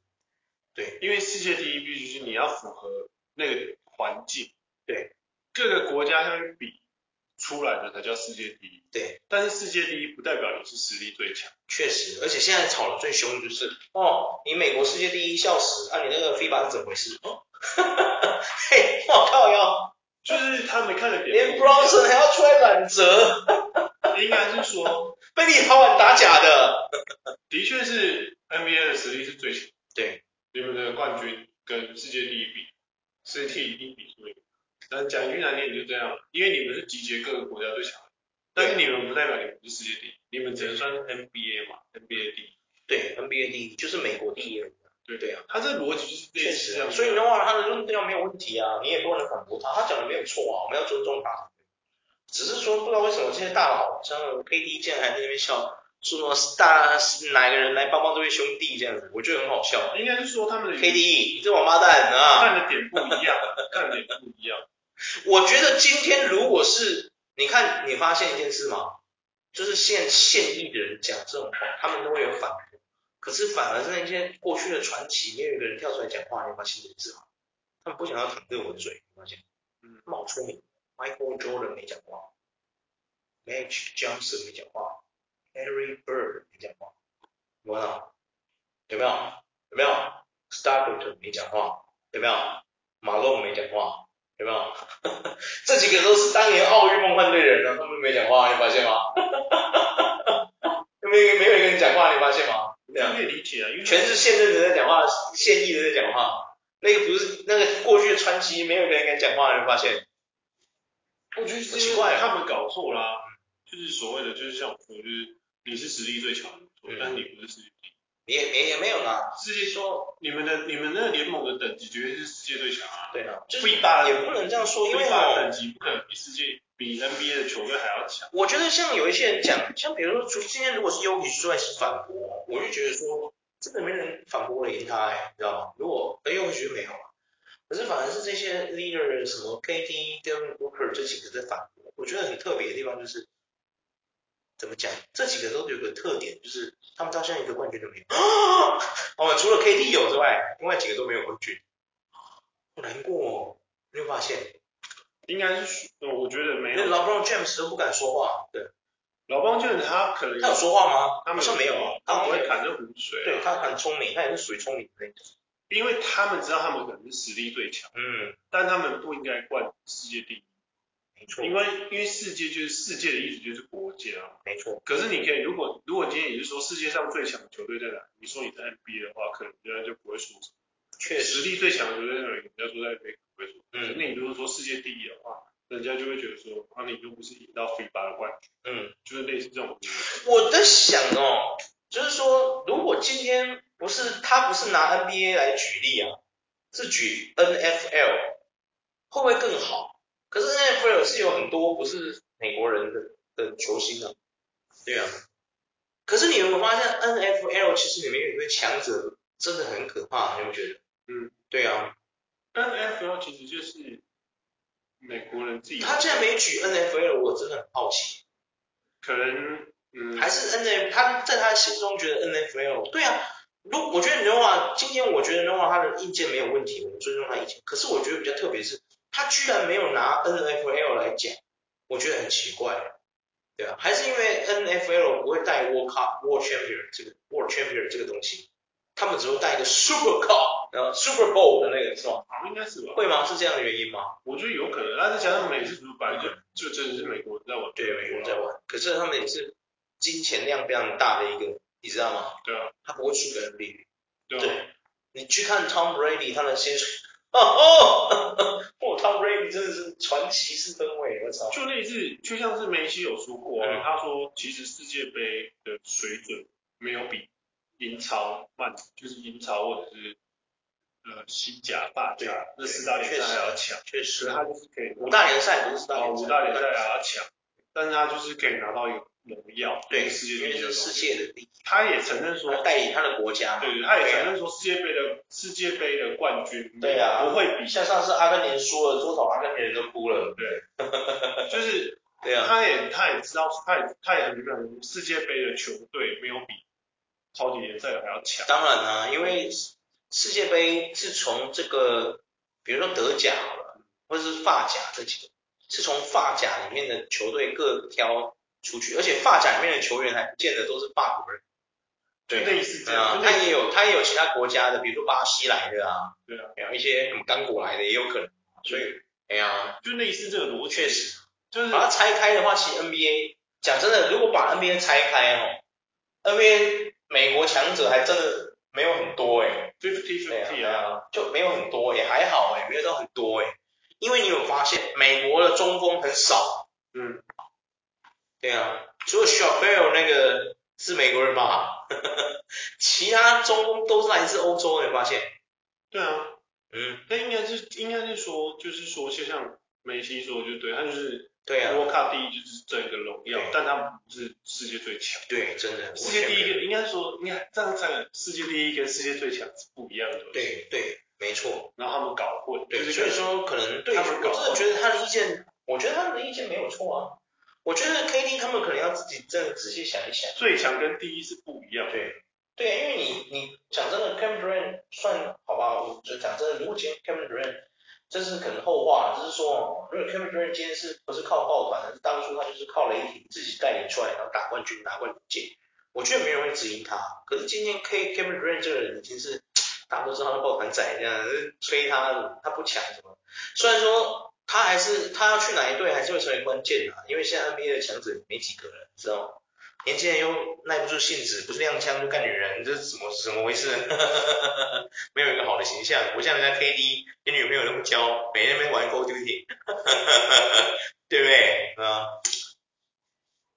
[SPEAKER 1] 对，
[SPEAKER 2] 因为世界第一必须是你要符合那个环境，
[SPEAKER 1] 对，
[SPEAKER 2] 各个国家相比出来的才叫世界第一，
[SPEAKER 1] 对，
[SPEAKER 2] 但是世界第一不代表你是实力最强，
[SPEAKER 1] 确实，而且现在吵得最凶的就是，哦，你美国世界第一笑死，啊，你那个 FIBA 是怎么回事？哦， [LAUGHS] 嘿，我靠哟，
[SPEAKER 2] 就是他们看的点
[SPEAKER 1] 连
[SPEAKER 2] 不一样，
[SPEAKER 1] Bronson 还要出来揽责，
[SPEAKER 2] 应该是说，
[SPEAKER 1] 被立陶宛打假的。
[SPEAKER 2] 的确是 NBA 的实力是最强，
[SPEAKER 1] 对，
[SPEAKER 2] 你们的冠军跟世界第一比，世界第一一定比输你们，但蒋俊南你就这样，因为你们是集结各个国家最强的，但是你们不代表你们是世界第一，你们只能算 NBA 嘛，NBA 第一。
[SPEAKER 1] 对，NBA 第一就是美国第一人。
[SPEAKER 2] 对
[SPEAKER 1] 对啊，
[SPEAKER 2] 他这逻辑就是类
[SPEAKER 1] 确
[SPEAKER 2] 似
[SPEAKER 1] 实
[SPEAKER 2] 这样
[SPEAKER 1] 啊，
[SPEAKER 2] 子，
[SPEAKER 1] 所以的话，他的论调没有问题啊，你也不能反驳他，他讲的没有错啊，我们要尊重他。只是说不知道为什么这些大佬，像 KD 竟然还在那边笑，说什么大哪个人来帮帮这位兄弟这样子，我觉得很好笑。
[SPEAKER 2] 应该是说他们的
[SPEAKER 1] KD，你这王八蛋啊！
[SPEAKER 2] 看的点不一样，看的点不一样，
[SPEAKER 1] 我觉得今天如果是你看，你发现一件事吗？就是现现役的人讲这种话，他们都会有反驳，可是反而是那些过去的传奇，没有一个人跳出来讲话，你有发现这件事吗？他们不想要淌这我的嘴，你发现？
[SPEAKER 2] 嗯，
[SPEAKER 1] 他们好聪明，Michael Jordan 没讲话，Magic Johnson 没讲话，Larry Bird 没讲话，有没有？有没有？有没有？Starbucks 没讲话，有没有？马龙没讲话，有没有？ [LAUGHS] 这几个都是当年奥运梦幻队的人啊 [LAUGHS] 呢，他们没讲话，你发现吗？没没有人跟你讲话，你发现吗？
[SPEAKER 2] 我觉得可以理解啊，因为
[SPEAKER 1] 全是现任的在讲话，现役的在讲话，那个不是那个过去的川西没有一个人敢讲话，你会发现，
[SPEAKER 2] 我觉得
[SPEAKER 1] 很
[SPEAKER 2] 是
[SPEAKER 1] 奇
[SPEAKER 2] 因
[SPEAKER 1] 怪
[SPEAKER 2] 为
[SPEAKER 1] 啊
[SPEAKER 2] 他们搞错啦、就是所谓的，就是像我说，就是你是实力最强的，没错
[SPEAKER 1] 嗯
[SPEAKER 2] 但你不是世界第一。
[SPEAKER 1] 你也也也没有啦，
[SPEAKER 2] 世界说你们的你们那个联盟的等级绝对是世界最强啊，
[SPEAKER 1] 对啊，就
[SPEAKER 2] 不
[SPEAKER 1] 是
[SPEAKER 2] 一般
[SPEAKER 1] 也不能这样说，因为
[SPEAKER 2] f
[SPEAKER 1] 哦
[SPEAKER 2] 等级不可能比世界比 NBA 的球队还要强。
[SPEAKER 1] 我觉得像有一些人讲，像比如说，除今天如果是优比出来是反驳，我就觉得说，真的没人反驳得赢他、哎，你知道吗？如果哎优比就没有啊，可是反而是这些 leader 什么 KD 跟 Booker 这几个在反驳，我觉得很特别的地方就是，怎么讲？这几个都有个特点，就是他们到现在一个冠军都没有。 [GASPS] 哦，除了 KD 有之外，另外几个都没有冠军，好难过哦。你会发现，
[SPEAKER 2] 应该是
[SPEAKER 1] 呃
[SPEAKER 2] 说，我觉得没
[SPEAKER 1] 那
[SPEAKER 2] 有。
[SPEAKER 1] LeBron James 都不敢说话，对，
[SPEAKER 2] 老邦就是他可能
[SPEAKER 1] 他有说话吗？
[SPEAKER 2] 他
[SPEAKER 1] 好
[SPEAKER 2] 们
[SPEAKER 1] 像没有啊，
[SPEAKER 2] 他不
[SPEAKER 1] 好像没有
[SPEAKER 2] 会砍这湖水、啊。
[SPEAKER 1] 对他很聪明，他也是属于聪明的那种。
[SPEAKER 2] 因为他们知道他们可能是实力最强，
[SPEAKER 1] 嗯，
[SPEAKER 2] 但他们不应该冠世界第一，
[SPEAKER 1] 没错，
[SPEAKER 2] 因为因为世界就是世界的意思就是国家啊。
[SPEAKER 1] 没错，
[SPEAKER 2] 可是你可以，如果如果今天你是说世界上最强的球队在哪，你说你在 NBA 的话，可能人家就不会说什么。
[SPEAKER 1] 确
[SPEAKER 2] 实
[SPEAKER 1] 实，
[SPEAKER 2] 力最强的球队在哪，人家说在 NBA 不会说。
[SPEAKER 1] 嗯
[SPEAKER 2] 那你如果说世界第一的话，人家就会觉得说，啊，你又不是赢到 FIBA 的冠军，
[SPEAKER 1] 嗯，
[SPEAKER 2] 就是类似这种。
[SPEAKER 1] 我在想哦，就是说，如果今天不是他不是拿 NBA 来举例啊，是举 NFL，会不会更好？可是 NFL 是有很多不是美国人的的球星啊，对啊。可是你有没有发现 NFL 其实里面有一个强者真的很可怕，你有没有觉得？
[SPEAKER 2] 嗯，
[SPEAKER 1] 对啊，
[SPEAKER 2] 但 NFL 其实就是美国人自己，
[SPEAKER 1] 他竟然没举 NFL，我真的很好奇。
[SPEAKER 2] 可能嗯，
[SPEAKER 1] 还是 N F，他在他心中觉得 N F L 对啊。如我觉得 Nova 今天我觉得 Nova 他的意见没有问题，我们尊重他意见。可是我觉得比较特别是，他居然没有拿 N F L 来讲，我觉得很奇怪。对啊，还是因为 N F L 不会带 World Cup、World Champion 这个 World Champion 这个东西，他们只会带一个 Super Cup，然后 Super Bowl 的那个是吗？
[SPEAKER 2] 好像应该是吧。
[SPEAKER 1] 会吗？是这样的原因吗？
[SPEAKER 2] 我觉得有可能，但是加上美式足球本来就就真的是美国人在玩，
[SPEAKER 1] 对，美国人在玩，可是他们也是金钱量非常大的一个，你知道吗？
[SPEAKER 2] 对啊，
[SPEAKER 1] 他不会输给 NBA。
[SPEAKER 2] 对啊，
[SPEAKER 1] 对，你去看 Tom Brady 他的薪水， [LAUGHS] 哦哦，哦，Tom Brady 真的是传奇式登位，我操！
[SPEAKER 2] 就类似就像是梅西有说过啊，
[SPEAKER 1] 嗯
[SPEAKER 2] 他说其实世界杯的水准没有比英超慢，就是英超或者是呃西甲、法
[SPEAKER 1] 对
[SPEAKER 2] 甲那四大联赛还要强，
[SPEAKER 1] 确
[SPEAKER 2] 可是
[SPEAKER 1] 实，
[SPEAKER 2] 他就是可以
[SPEAKER 1] 五大联赛不是四大
[SPEAKER 2] 到
[SPEAKER 1] 联赛，
[SPEAKER 2] 哦五大联赛还要强，但是他就是可以拿到一个荣耀，
[SPEAKER 1] 对，
[SPEAKER 2] 世
[SPEAKER 1] 因
[SPEAKER 2] 界
[SPEAKER 1] 为
[SPEAKER 2] 第一的
[SPEAKER 1] 是
[SPEAKER 2] 荣
[SPEAKER 1] 世
[SPEAKER 2] 耀。
[SPEAKER 1] 界的第一，
[SPEAKER 2] 他也承认说
[SPEAKER 1] 他代理他的国家嘛。
[SPEAKER 2] 对，他也承认说世界杯的世界杯的冠军，
[SPEAKER 1] 对啊
[SPEAKER 2] 不会比
[SPEAKER 1] 像上次阿根廷输了，多少阿根廷人都哭了。
[SPEAKER 2] 就是
[SPEAKER 1] 对啊，
[SPEAKER 2] 他也他也知道，他也他也很认为世界杯的球队没有比超级联赛的还要强，
[SPEAKER 1] 当然啦、啊因为世界杯是从这个，比如说德甲好了，或者是法甲这几个，是从法甲里面的球队各挑出去，而且法甲里面的球员还不见得都是法国人。
[SPEAKER 2] 就
[SPEAKER 1] 对啊
[SPEAKER 2] 类似这
[SPEAKER 1] 对
[SPEAKER 2] 样
[SPEAKER 1] 啊，，
[SPEAKER 2] 就
[SPEAKER 1] 他
[SPEAKER 2] 类似
[SPEAKER 1] 也有他也有其他国家的，比如说巴西来的啊，
[SPEAKER 2] 对啊，
[SPEAKER 1] 有一些什么刚果来的也有可能，啊所以哎呀，
[SPEAKER 2] 就类似这个逻辑，
[SPEAKER 1] 确实，啊
[SPEAKER 2] 就是
[SPEAKER 1] 把它拆开的话，其实 NBA 讲真的，如果把 NBA 拆开哦，NBA 美国强者还真的没有很多哎、
[SPEAKER 2] fifty
[SPEAKER 1] 对啊
[SPEAKER 2] fifty
[SPEAKER 1] 对
[SPEAKER 2] 啊，
[SPEAKER 1] 啊，就没有很多，也还好哎，没有到很多哎，因为你有发现美国的中锋很少，
[SPEAKER 2] 嗯，
[SPEAKER 1] 对啊，除了 s h a b e l 那个是美国人吧， [LAUGHS] 其他中锋都是来自欧洲，你有发现？
[SPEAKER 2] 对啊，
[SPEAKER 1] 嗯，
[SPEAKER 2] 那应该是应该是说，就是说，就像梅西说，就对他就是
[SPEAKER 1] 对啊，
[SPEAKER 2] World Cup 第一就是整个荣耀
[SPEAKER 1] 对，
[SPEAKER 2] 但他不是世界最强。
[SPEAKER 1] 对，真的，
[SPEAKER 2] 世界第一
[SPEAKER 1] 个，
[SPEAKER 2] 个应该说，你看这样看，世界第一跟世界最强是不一样的东西。，
[SPEAKER 1] 对对，没错，
[SPEAKER 2] 然后他们搞混，就
[SPEAKER 1] 对，
[SPEAKER 2] 是
[SPEAKER 1] 所以说可能对，我
[SPEAKER 2] 他
[SPEAKER 1] 真
[SPEAKER 2] 们搞
[SPEAKER 1] 的觉得他的意见，我觉得他们的意见没有错啊，我觉得 KD 他们可能要自己真的仔细想一想。
[SPEAKER 2] 最强跟第一是不一样的。
[SPEAKER 1] 对，对啊，因为你你讲真的，Kevin Durant 算好吧，我就讲真的，如果今天 Kevin Durant 这是可能后话，就是说，如果 Kevin Durant 今天是不是靠抱团，是当初他就是靠雷霆自己带领出来，然后打冠军拿冠军戒我觉得没人会质疑他。可是今天 K Kevin Durant 这个人已经是大家都知道他是抱团仔这样，就是吹他他不强什么，虽然说。他还是他要去哪一队还是会成为关键的、啊，因为现在 NBA 的强者也没几个人，知道吗？年轻人又耐不住性子，不是踉跄就干女人，这是怎么怎么回事？ [LAUGHS] 没有一个好的形象，不像人家 KD 跟女朋友那么交，每天那边玩 Call of Duty，对不对？啊，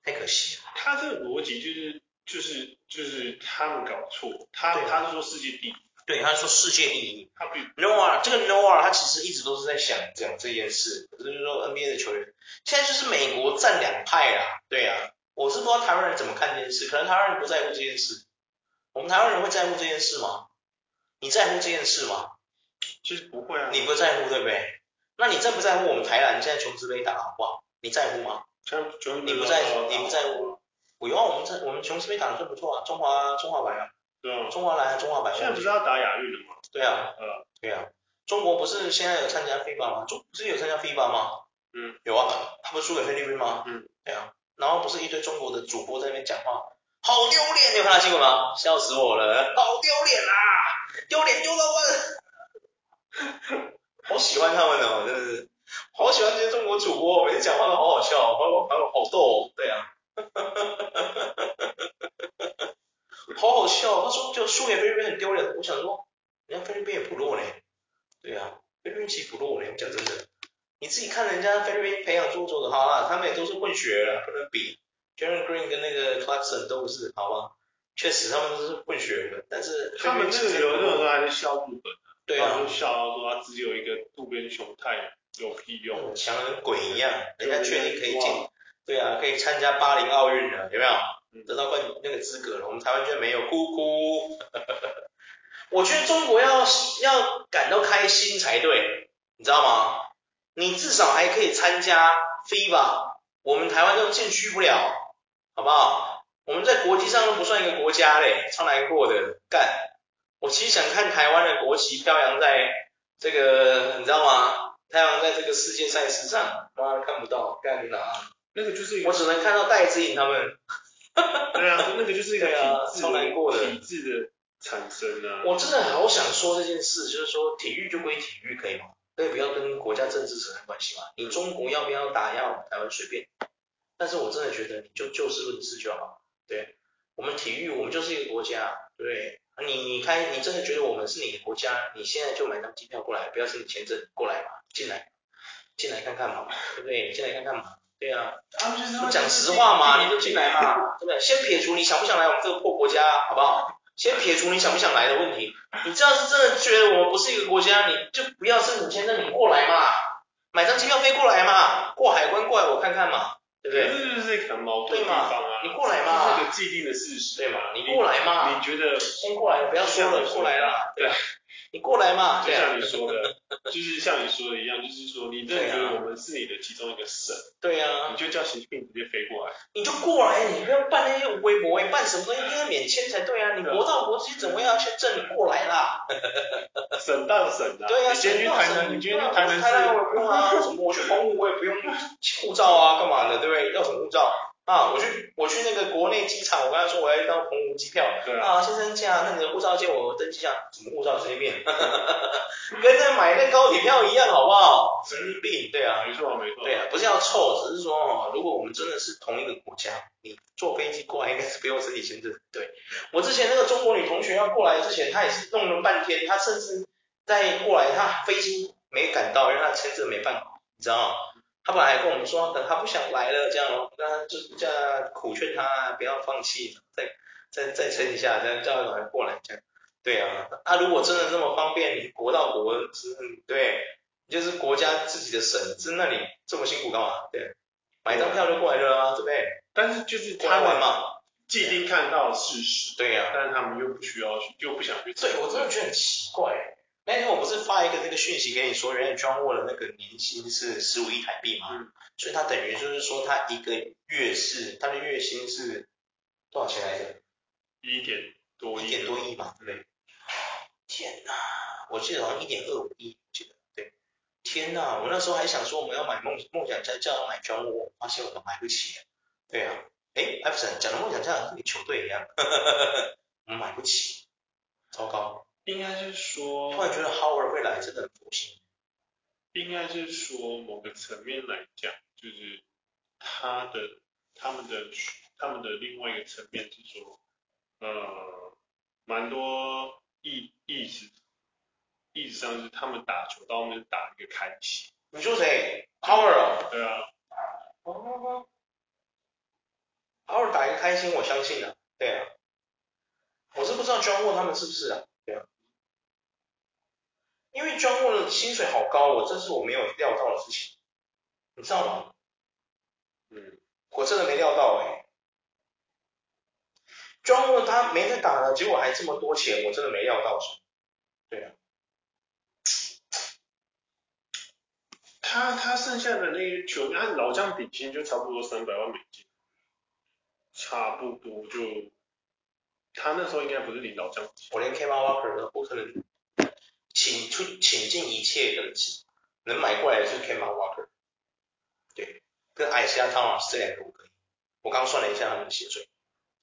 [SPEAKER 1] 太可惜了。
[SPEAKER 2] 他这个逻辑就是就是就是他们搞错，他
[SPEAKER 1] 对啊
[SPEAKER 2] 他是说世界第一，
[SPEAKER 1] 对，他说世界第一
[SPEAKER 2] 他比
[SPEAKER 1] Noah 这个 Noah 他其实一直都是在想讲这件事，可是就是说 NBA 的球员现在就是美国占两派啦，对啊，我是不知道台湾人怎么看这件事，可能台湾人不在乎这件事，我们台湾人会在乎这件事吗？你在乎这件事吗？
[SPEAKER 2] 其实不会啊，
[SPEAKER 1] 你不在乎对不对？那你在不在乎我们台南现在琼斯杯打得好不好？你在乎吗？
[SPEAKER 2] 像九
[SPEAKER 1] 你不在乎，你不在乎。我有啊，我们在我们琼斯杯打得算不错啊，中华中华白啊，
[SPEAKER 2] 对啊，
[SPEAKER 1] 中华蓝啊，中华白
[SPEAKER 2] 现在
[SPEAKER 1] 啊
[SPEAKER 2] 不，是要打亚运了吗？
[SPEAKER 1] 对啊，
[SPEAKER 2] 呃，
[SPEAKER 1] 对啊。中国不是现在有参加 FIBA 吗？中不是有参加 FIBA 吗？
[SPEAKER 2] 嗯，
[SPEAKER 1] 有啊，他不是输给菲律宾吗？
[SPEAKER 2] 嗯，
[SPEAKER 1] 对啊。然后不是一堆中国的主播在那边讲话，好丢脸，你有看到新闻吗？笑死我了，好丢脸啦，丢脸丢到我，好喜欢他们哦，真的是，好喜欢这些中国主播，每次讲话都好好笑，好好好逗、哦，对啊， [LAUGHS] 好好笑哦。他说就输给菲律宾很丢脸，我想说，人家菲律宾也不弱呢，对啊，菲律宾其实不弱呢，我讲真的。你自己看人家菲律宾培养出走的好啦，他们也都是混血了，不能比。Jaren Green 跟那个 Clarkson 都是，好吧？确实他们都是混血的，但是
[SPEAKER 2] 他们那
[SPEAKER 1] 菲律宾其
[SPEAKER 2] 个
[SPEAKER 1] 实
[SPEAKER 2] 有
[SPEAKER 1] 也不
[SPEAKER 2] 那
[SPEAKER 1] 弱
[SPEAKER 2] 种还在笑日本，
[SPEAKER 1] 对
[SPEAKER 2] 他
[SPEAKER 1] 啊
[SPEAKER 2] 们，就笑到说他自己有一个渡边雄太有屁用，
[SPEAKER 1] 嗯强人鬼一样，人家确定可以进，对啊，可以参加巴黎奥运了，有没有？
[SPEAKER 2] 嗯
[SPEAKER 1] 得到冠军那个资格了，我们台湾居然没有，哭哭。 [LAUGHS] 我觉得中国要要感到开心才对，你知道吗？你至少还可以参加 FIBA，我们台湾都进去不了，好不好？我们在国际上都不算一个国家嘞，超难过的。干，我其实想看台湾的国旗飘扬在这个，你知道吗？太阳在这个世界赛事上，妈的看不到，干你啊！
[SPEAKER 2] 那个就是一
[SPEAKER 1] 我
[SPEAKER 2] 个
[SPEAKER 1] 只能看到戴资颖他们。
[SPEAKER 2] 对啊，那个就是一个
[SPEAKER 1] 对啊
[SPEAKER 2] 体制
[SPEAKER 1] 超难过的
[SPEAKER 2] 体制的产生啊，
[SPEAKER 1] 我真的好想说这件事，就是说体育就归体育，可以吗？可以不要跟国家政治扯上关系嘛。你中国要不要打压我们台湾随便，但是我真的觉得你就就事论事就好。对，我们体育我们就是一个国家，对不对。啊你你开你真的觉得我们是你的国家，你现在就买张机票过来，不要申请签证过来嘛，进来进来看看嘛，对不对？你进来看看嘛，对啊。
[SPEAKER 2] 他们就是
[SPEAKER 1] 我讲实话嘛，你就进来嘛，对不对？先撇除你想不想来我们这个破国家，好不好？先撇除你想不想来的问题。你这要是真的觉得我们不是一个国家，你就不要申请签证，你过来嘛，买张机票飞过来嘛，过海关过来我看看嘛，对不
[SPEAKER 2] 对，
[SPEAKER 1] 对？
[SPEAKER 2] 这就是一个很矛盾
[SPEAKER 1] 对
[SPEAKER 2] 的地
[SPEAKER 1] 嘛
[SPEAKER 2] 方啊，，
[SPEAKER 1] 你过来
[SPEAKER 2] 这是一
[SPEAKER 1] 嘛，
[SPEAKER 2] 个既定的事实，
[SPEAKER 1] 对嘛，你过来嘛，
[SPEAKER 2] 你觉
[SPEAKER 1] [LAUGHS]
[SPEAKER 2] 得
[SPEAKER 1] 先过来，不要说了，过来啦，
[SPEAKER 2] 对啊，
[SPEAKER 1] 你过来嘛，
[SPEAKER 2] 就
[SPEAKER 1] 对啊，
[SPEAKER 2] 像你说的，就是像你说的一样，就是说你真的觉得我们是你的其中一个省，
[SPEAKER 1] 对啊，
[SPEAKER 2] 你就叫习近平直接飞过来，
[SPEAKER 1] 你就过来，你不要办那些微博，哎办什么东西应该免签才对啊！你
[SPEAKER 2] 对啊
[SPEAKER 1] 国到国际怎么样签证？你过来啦！
[SPEAKER 2] 省到省啊，
[SPEAKER 1] 对啊，
[SPEAKER 2] 你今天去
[SPEAKER 1] 省到
[SPEAKER 2] 台
[SPEAKER 1] 省
[SPEAKER 2] 南，你今天去
[SPEAKER 1] 台
[SPEAKER 2] 台
[SPEAKER 1] 南
[SPEAKER 2] 南
[SPEAKER 1] 台南
[SPEAKER 2] 市，
[SPEAKER 1] 我也不用啊，什么我去澎湖我也不用护照啊，干嘛的，对不对？要什么护照啊？我去我去那个国内机场，我刚才说我要一张澎湖机票
[SPEAKER 2] [LAUGHS] 对啊，
[SPEAKER 1] 啊，先生这样，那你的护照借我登记一下，什么护照随 [LAUGHS] 便，跟那买那高铁票一样，好不好？神经病，对啊，
[SPEAKER 2] 没错没错，
[SPEAKER 1] 对啊，不是要臭，只是说哦，如果我们真的是同一个国家，你坐飞机过来应该是不用申请签证。对我之前那个中国女同学要过来之前，她也是弄了半天，她甚至在过来，她飞机没赶到，因为她签证没办好，你知道吗？她本来还跟我们说，等她不想来了这样哦，那就这样苦劝她不要放弃，再再再撑一下，这样叫她赶快过来这样。对啊，啊如果真的那么方便，你国到国，嗯，对，就是国家自己的省，是那你这么辛苦干嘛？对，买张票就过来了啊，对不对？
[SPEAKER 2] 但是就是
[SPEAKER 1] 过
[SPEAKER 2] 他
[SPEAKER 1] 来玩
[SPEAKER 2] 们
[SPEAKER 1] 嘛。
[SPEAKER 2] 既定看到的事实，
[SPEAKER 1] 对啊呀、
[SPEAKER 2] 但是他们又不需要去，又不想去，
[SPEAKER 1] 对我真的觉得很奇怪。那天我不是发一个那个讯息给你说，原来 John Wall 的那个年薪是十五亿台币嘛，
[SPEAKER 2] 嗯
[SPEAKER 1] 所以他等于就是说他一个月是他的月薪是多少钱来着？
[SPEAKER 2] 一点多
[SPEAKER 1] 一点多亿嘛，对不对？天哪，我记得好像一点二五亿，我记得对。天哪，我那时候还想说我们要买梦梦想家，叫他买 John Wall，发现我们买不起。对啊，哎 e p s o n 讲的梦想家好像跟你球队一样， [LAUGHS] 我们买不起，糟糕。
[SPEAKER 2] 应该是说
[SPEAKER 1] 突然觉得 Howard 会来，真的很佛心。
[SPEAKER 2] 应该是说某个层面来讲，就是他的他们的他们的另外一个层面是说，呃，蛮多意意识意识上是他们打球到后面打一个开启，
[SPEAKER 1] 你说谁？Power 哦
[SPEAKER 2] 对啊，
[SPEAKER 1] 哦，Power 打一个开心，我相信啊，对啊，我是不知道 John Wall 他们是不是啊，对啊，因为 John Wall 的薪水好高哦，这是我没有料到的事情，你知道吗？
[SPEAKER 2] 嗯，
[SPEAKER 1] 我真的没料到哎、欸。庄问他没在打了，结果还这么多钱，我真的没料到说。对啊，
[SPEAKER 2] 他他剩下的那些球员，他老将底薪就差不多三百万美金，差不多就他那时候应该不是领老将底薪，
[SPEAKER 1] 我连 Kevin Walker 都不可能，请出请尽一切的能买过来的是 Kevin Walker，对，跟艾西亚·汤姆斯这两个我可以。我刚算了一下他们的薪水，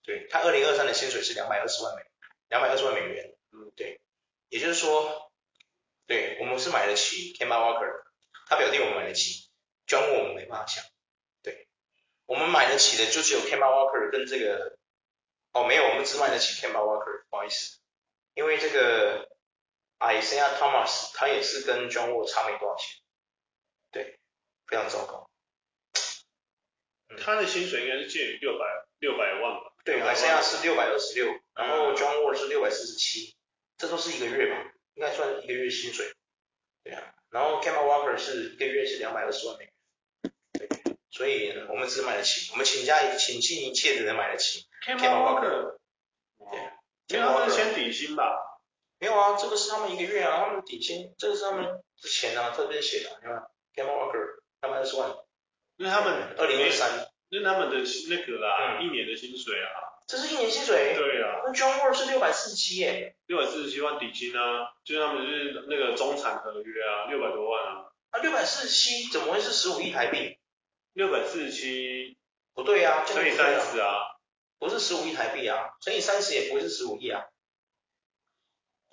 [SPEAKER 1] 对他二零二三的薪水是两百二十万美，两百二十万美元，嗯，对，也就是说，对我们是买得起 Kemba Walker，的他表弟我们买得起，John Wall 我们没办法想，对，我们买得起的就只有 Kemba Walker 跟这个，哦，没有，我们只买得起 Kemba Walker，不好意思，因为这个 Isaiah Thomas 他也是跟 John Wall 差没多少钱，对，非常糟糕。
[SPEAKER 2] 他的薪水应该是介于六百六百万吧，
[SPEAKER 1] 对，
[SPEAKER 2] 百
[SPEAKER 1] 马塞亚是六百二十六，然后
[SPEAKER 2] 嗯
[SPEAKER 1] John Wall 是六百四十七，这都是一个月吧，应该算一个月薪水。对啊，然后 Kemba Walker 是一个月是两百二十万美元，对，所以我们只买得起，我们请假请尽一切的人买得起。
[SPEAKER 2] Kemba
[SPEAKER 1] Walker 哦
[SPEAKER 2] Walker，
[SPEAKER 1] 对
[SPEAKER 2] 因为他们先底薪吧，
[SPEAKER 1] 没有啊，这个是他们一个月啊，他们底薪，这个是他们的钱啊，特别写的、啊，你看 Kemba Walker 两百二十万，
[SPEAKER 2] 因为他们
[SPEAKER 1] 二零二，三，
[SPEAKER 2] 因为他们的那个啦，
[SPEAKER 1] 嗯
[SPEAKER 2] 一年的薪水啊，
[SPEAKER 1] 这是一年薪水，
[SPEAKER 2] 对啊，
[SPEAKER 1] 那 John Wall 是六百四十七耶，
[SPEAKER 2] 六百四十七万底薪啊，就是他们就是那个中产合约啊，六百多万啊，
[SPEAKER 1] 那六百四十七怎么会是十五亿台币？
[SPEAKER 2] 六百四十七
[SPEAKER 1] 不对啊，这个
[SPEAKER 2] 乘以
[SPEAKER 1] 不对啊
[SPEAKER 2] 三十啊，
[SPEAKER 1] 不是十五亿台币啊，乘以三十也不会是十五亿啊，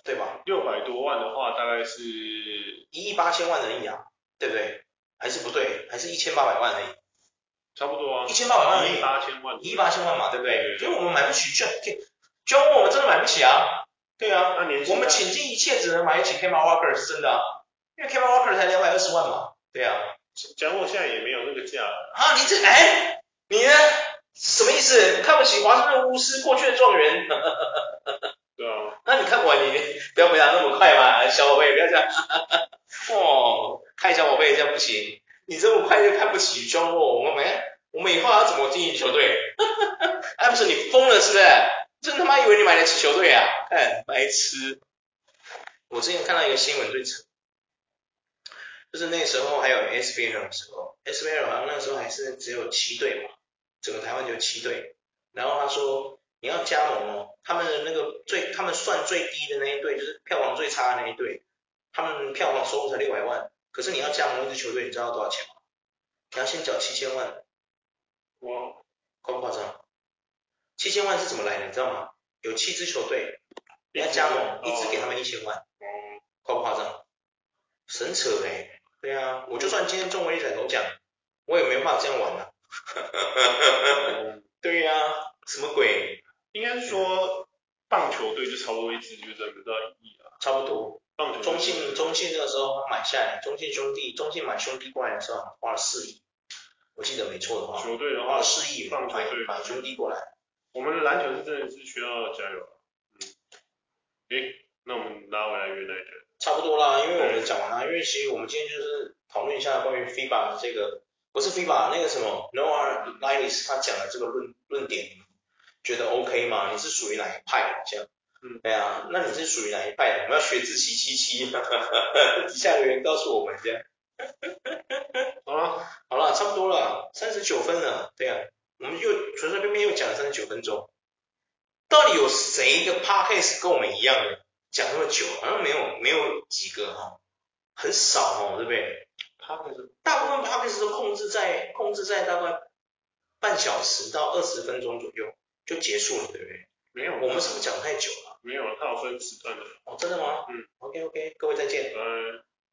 [SPEAKER 1] 对吧？
[SPEAKER 2] 六百多万的话大概是
[SPEAKER 1] 一亿八千万而已啊，对不对？还是不对，还是一千八百万而已，
[SPEAKER 2] 差不多啊，
[SPEAKER 1] 一千八百万而
[SPEAKER 2] 一亿
[SPEAKER 1] 已，
[SPEAKER 2] 八千万，
[SPEAKER 1] 一亿八千万嘛，对不对？
[SPEAKER 2] 对对对
[SPEAKER 1] 所以我们买不起 j o h j o 我们真的买不起啊。对啊，
[SPEAKER 2] 那年薪
[SPEAKER 1] 我们倾尽一切只能买得起 Kemba Walker 是真的啊，因为 Kemba Walker 才两百二十万嘛，对啊。
[SPEAKER 2] 讲我现在也没有那个价了，
[SPEAKER 1] 啊，你这哎，你呢？什么意思？看不起华盛顿巫师过去的状元？
[SPEAKER 2] 对啊，
[SPEAKER 1] [LAUGHS] 那你看我，你不要回答那么快嘛，小宝贝，不要这样。 [LAUGHS] 哦，看小宝贝这样不行，你这么快就看不起中国，我们我们以后要怎么经营球队？ [LAUGHS] 哎，不是你疯了是不是？真他妈以为你买得起球队啊？看白痴！我之前看到一个新闻最扯，就是那时候还有 SBL 的时候，SBL 好像那时候还是只有七队嘛，整个台湾只有七队。然后他说你要加盟哦，他们的那个最他们算最低的那一队，就是票房最差的那一队，他们票房收入才六百万，可是你要加盟一支球队，你知道要多少钱吗？你要先缴七千万，
[SPEAKER 2] 我
[SPEAKER 1] 夸不夸张？七千万是怎么来的，你知道吗？有七支球队，你要加盟，
[SPEAKER 2] 嗯
[SPEAKER 1] 一支给他们一千万，
[SPEAKER 2] 哦
[SPEAKER 1] 夸不夸张？神扯哎、对啊，我就算今天中文一彩头奖，我也没办法这样玩啊。
[SPEAKER 2] 哦
[SPEAKER 1] 对啊呀、什么鬼？
[SPEAKER 2] 应该是说棒球队就差不多一支就差不多一亿啊，
[SPEAKER 1] 差不多，
[SPEAKER 2] 棒球队
[SPEAKER 1] 中信中信那个时候买下来，中信兄弟中信买兄弟过来的时候花了四亿，我记得没错的话，
[SPEAKER 2] 球队的
[SPEAKER 1] 花
[SPEAKER 2] 话
[SPEAKER 1] 了，四亿买
[SPEAKER 2] 棒球队
[SPEAKER 1] 买兄弟过来。
[SPEAKER 2] 我们的篮球是真的是需要加油啊。嗯，诶，那我们拉回来原来的，
[SPEAKER 1] 差不多啦，因为我们讲完啦，因为其实我们今天就是讨论一下关于 FIBA 这个，不是 FIBA 那个什么 Noah l i l i s 他讲的这个论论点，觉得 OK 吗？你是属于哪一派的？这样，
[SPEAKER 2] 嗯，
[SPEAKER 1] 对啊，那你是属于哪一派的？我们要学自习七七， [LAUGHS] 底下留言告诉我们这样。
[SPEAKER 2] 好了，
[SPEAKER 1] 好了，差不多了，三十九分了，对啊，我们又随随便便又讲了三十九分钟，到底有谁的 podcast 跟我们一样的讲那么久？好像没有，没有几个哈、很少哦，对不对？
[SPEAKER 2] 他可是
[SPEAKER 1] 大部分 podcast 都控制在控制在大概半小时到二十分钟左右就结束了，对不对？
[SPEAKER 2] 没有，
[SPEAKER 1] 我们是不是讲太久了？
[SPEAKER 2] 没有，他有分时段的，
[SPEAKER 1] 哦，真的吗？
[SPEAKER 2] 嗯
[SPEAKER 1] ，OK OK，各位再见。
[SPEAKER 2] 呃。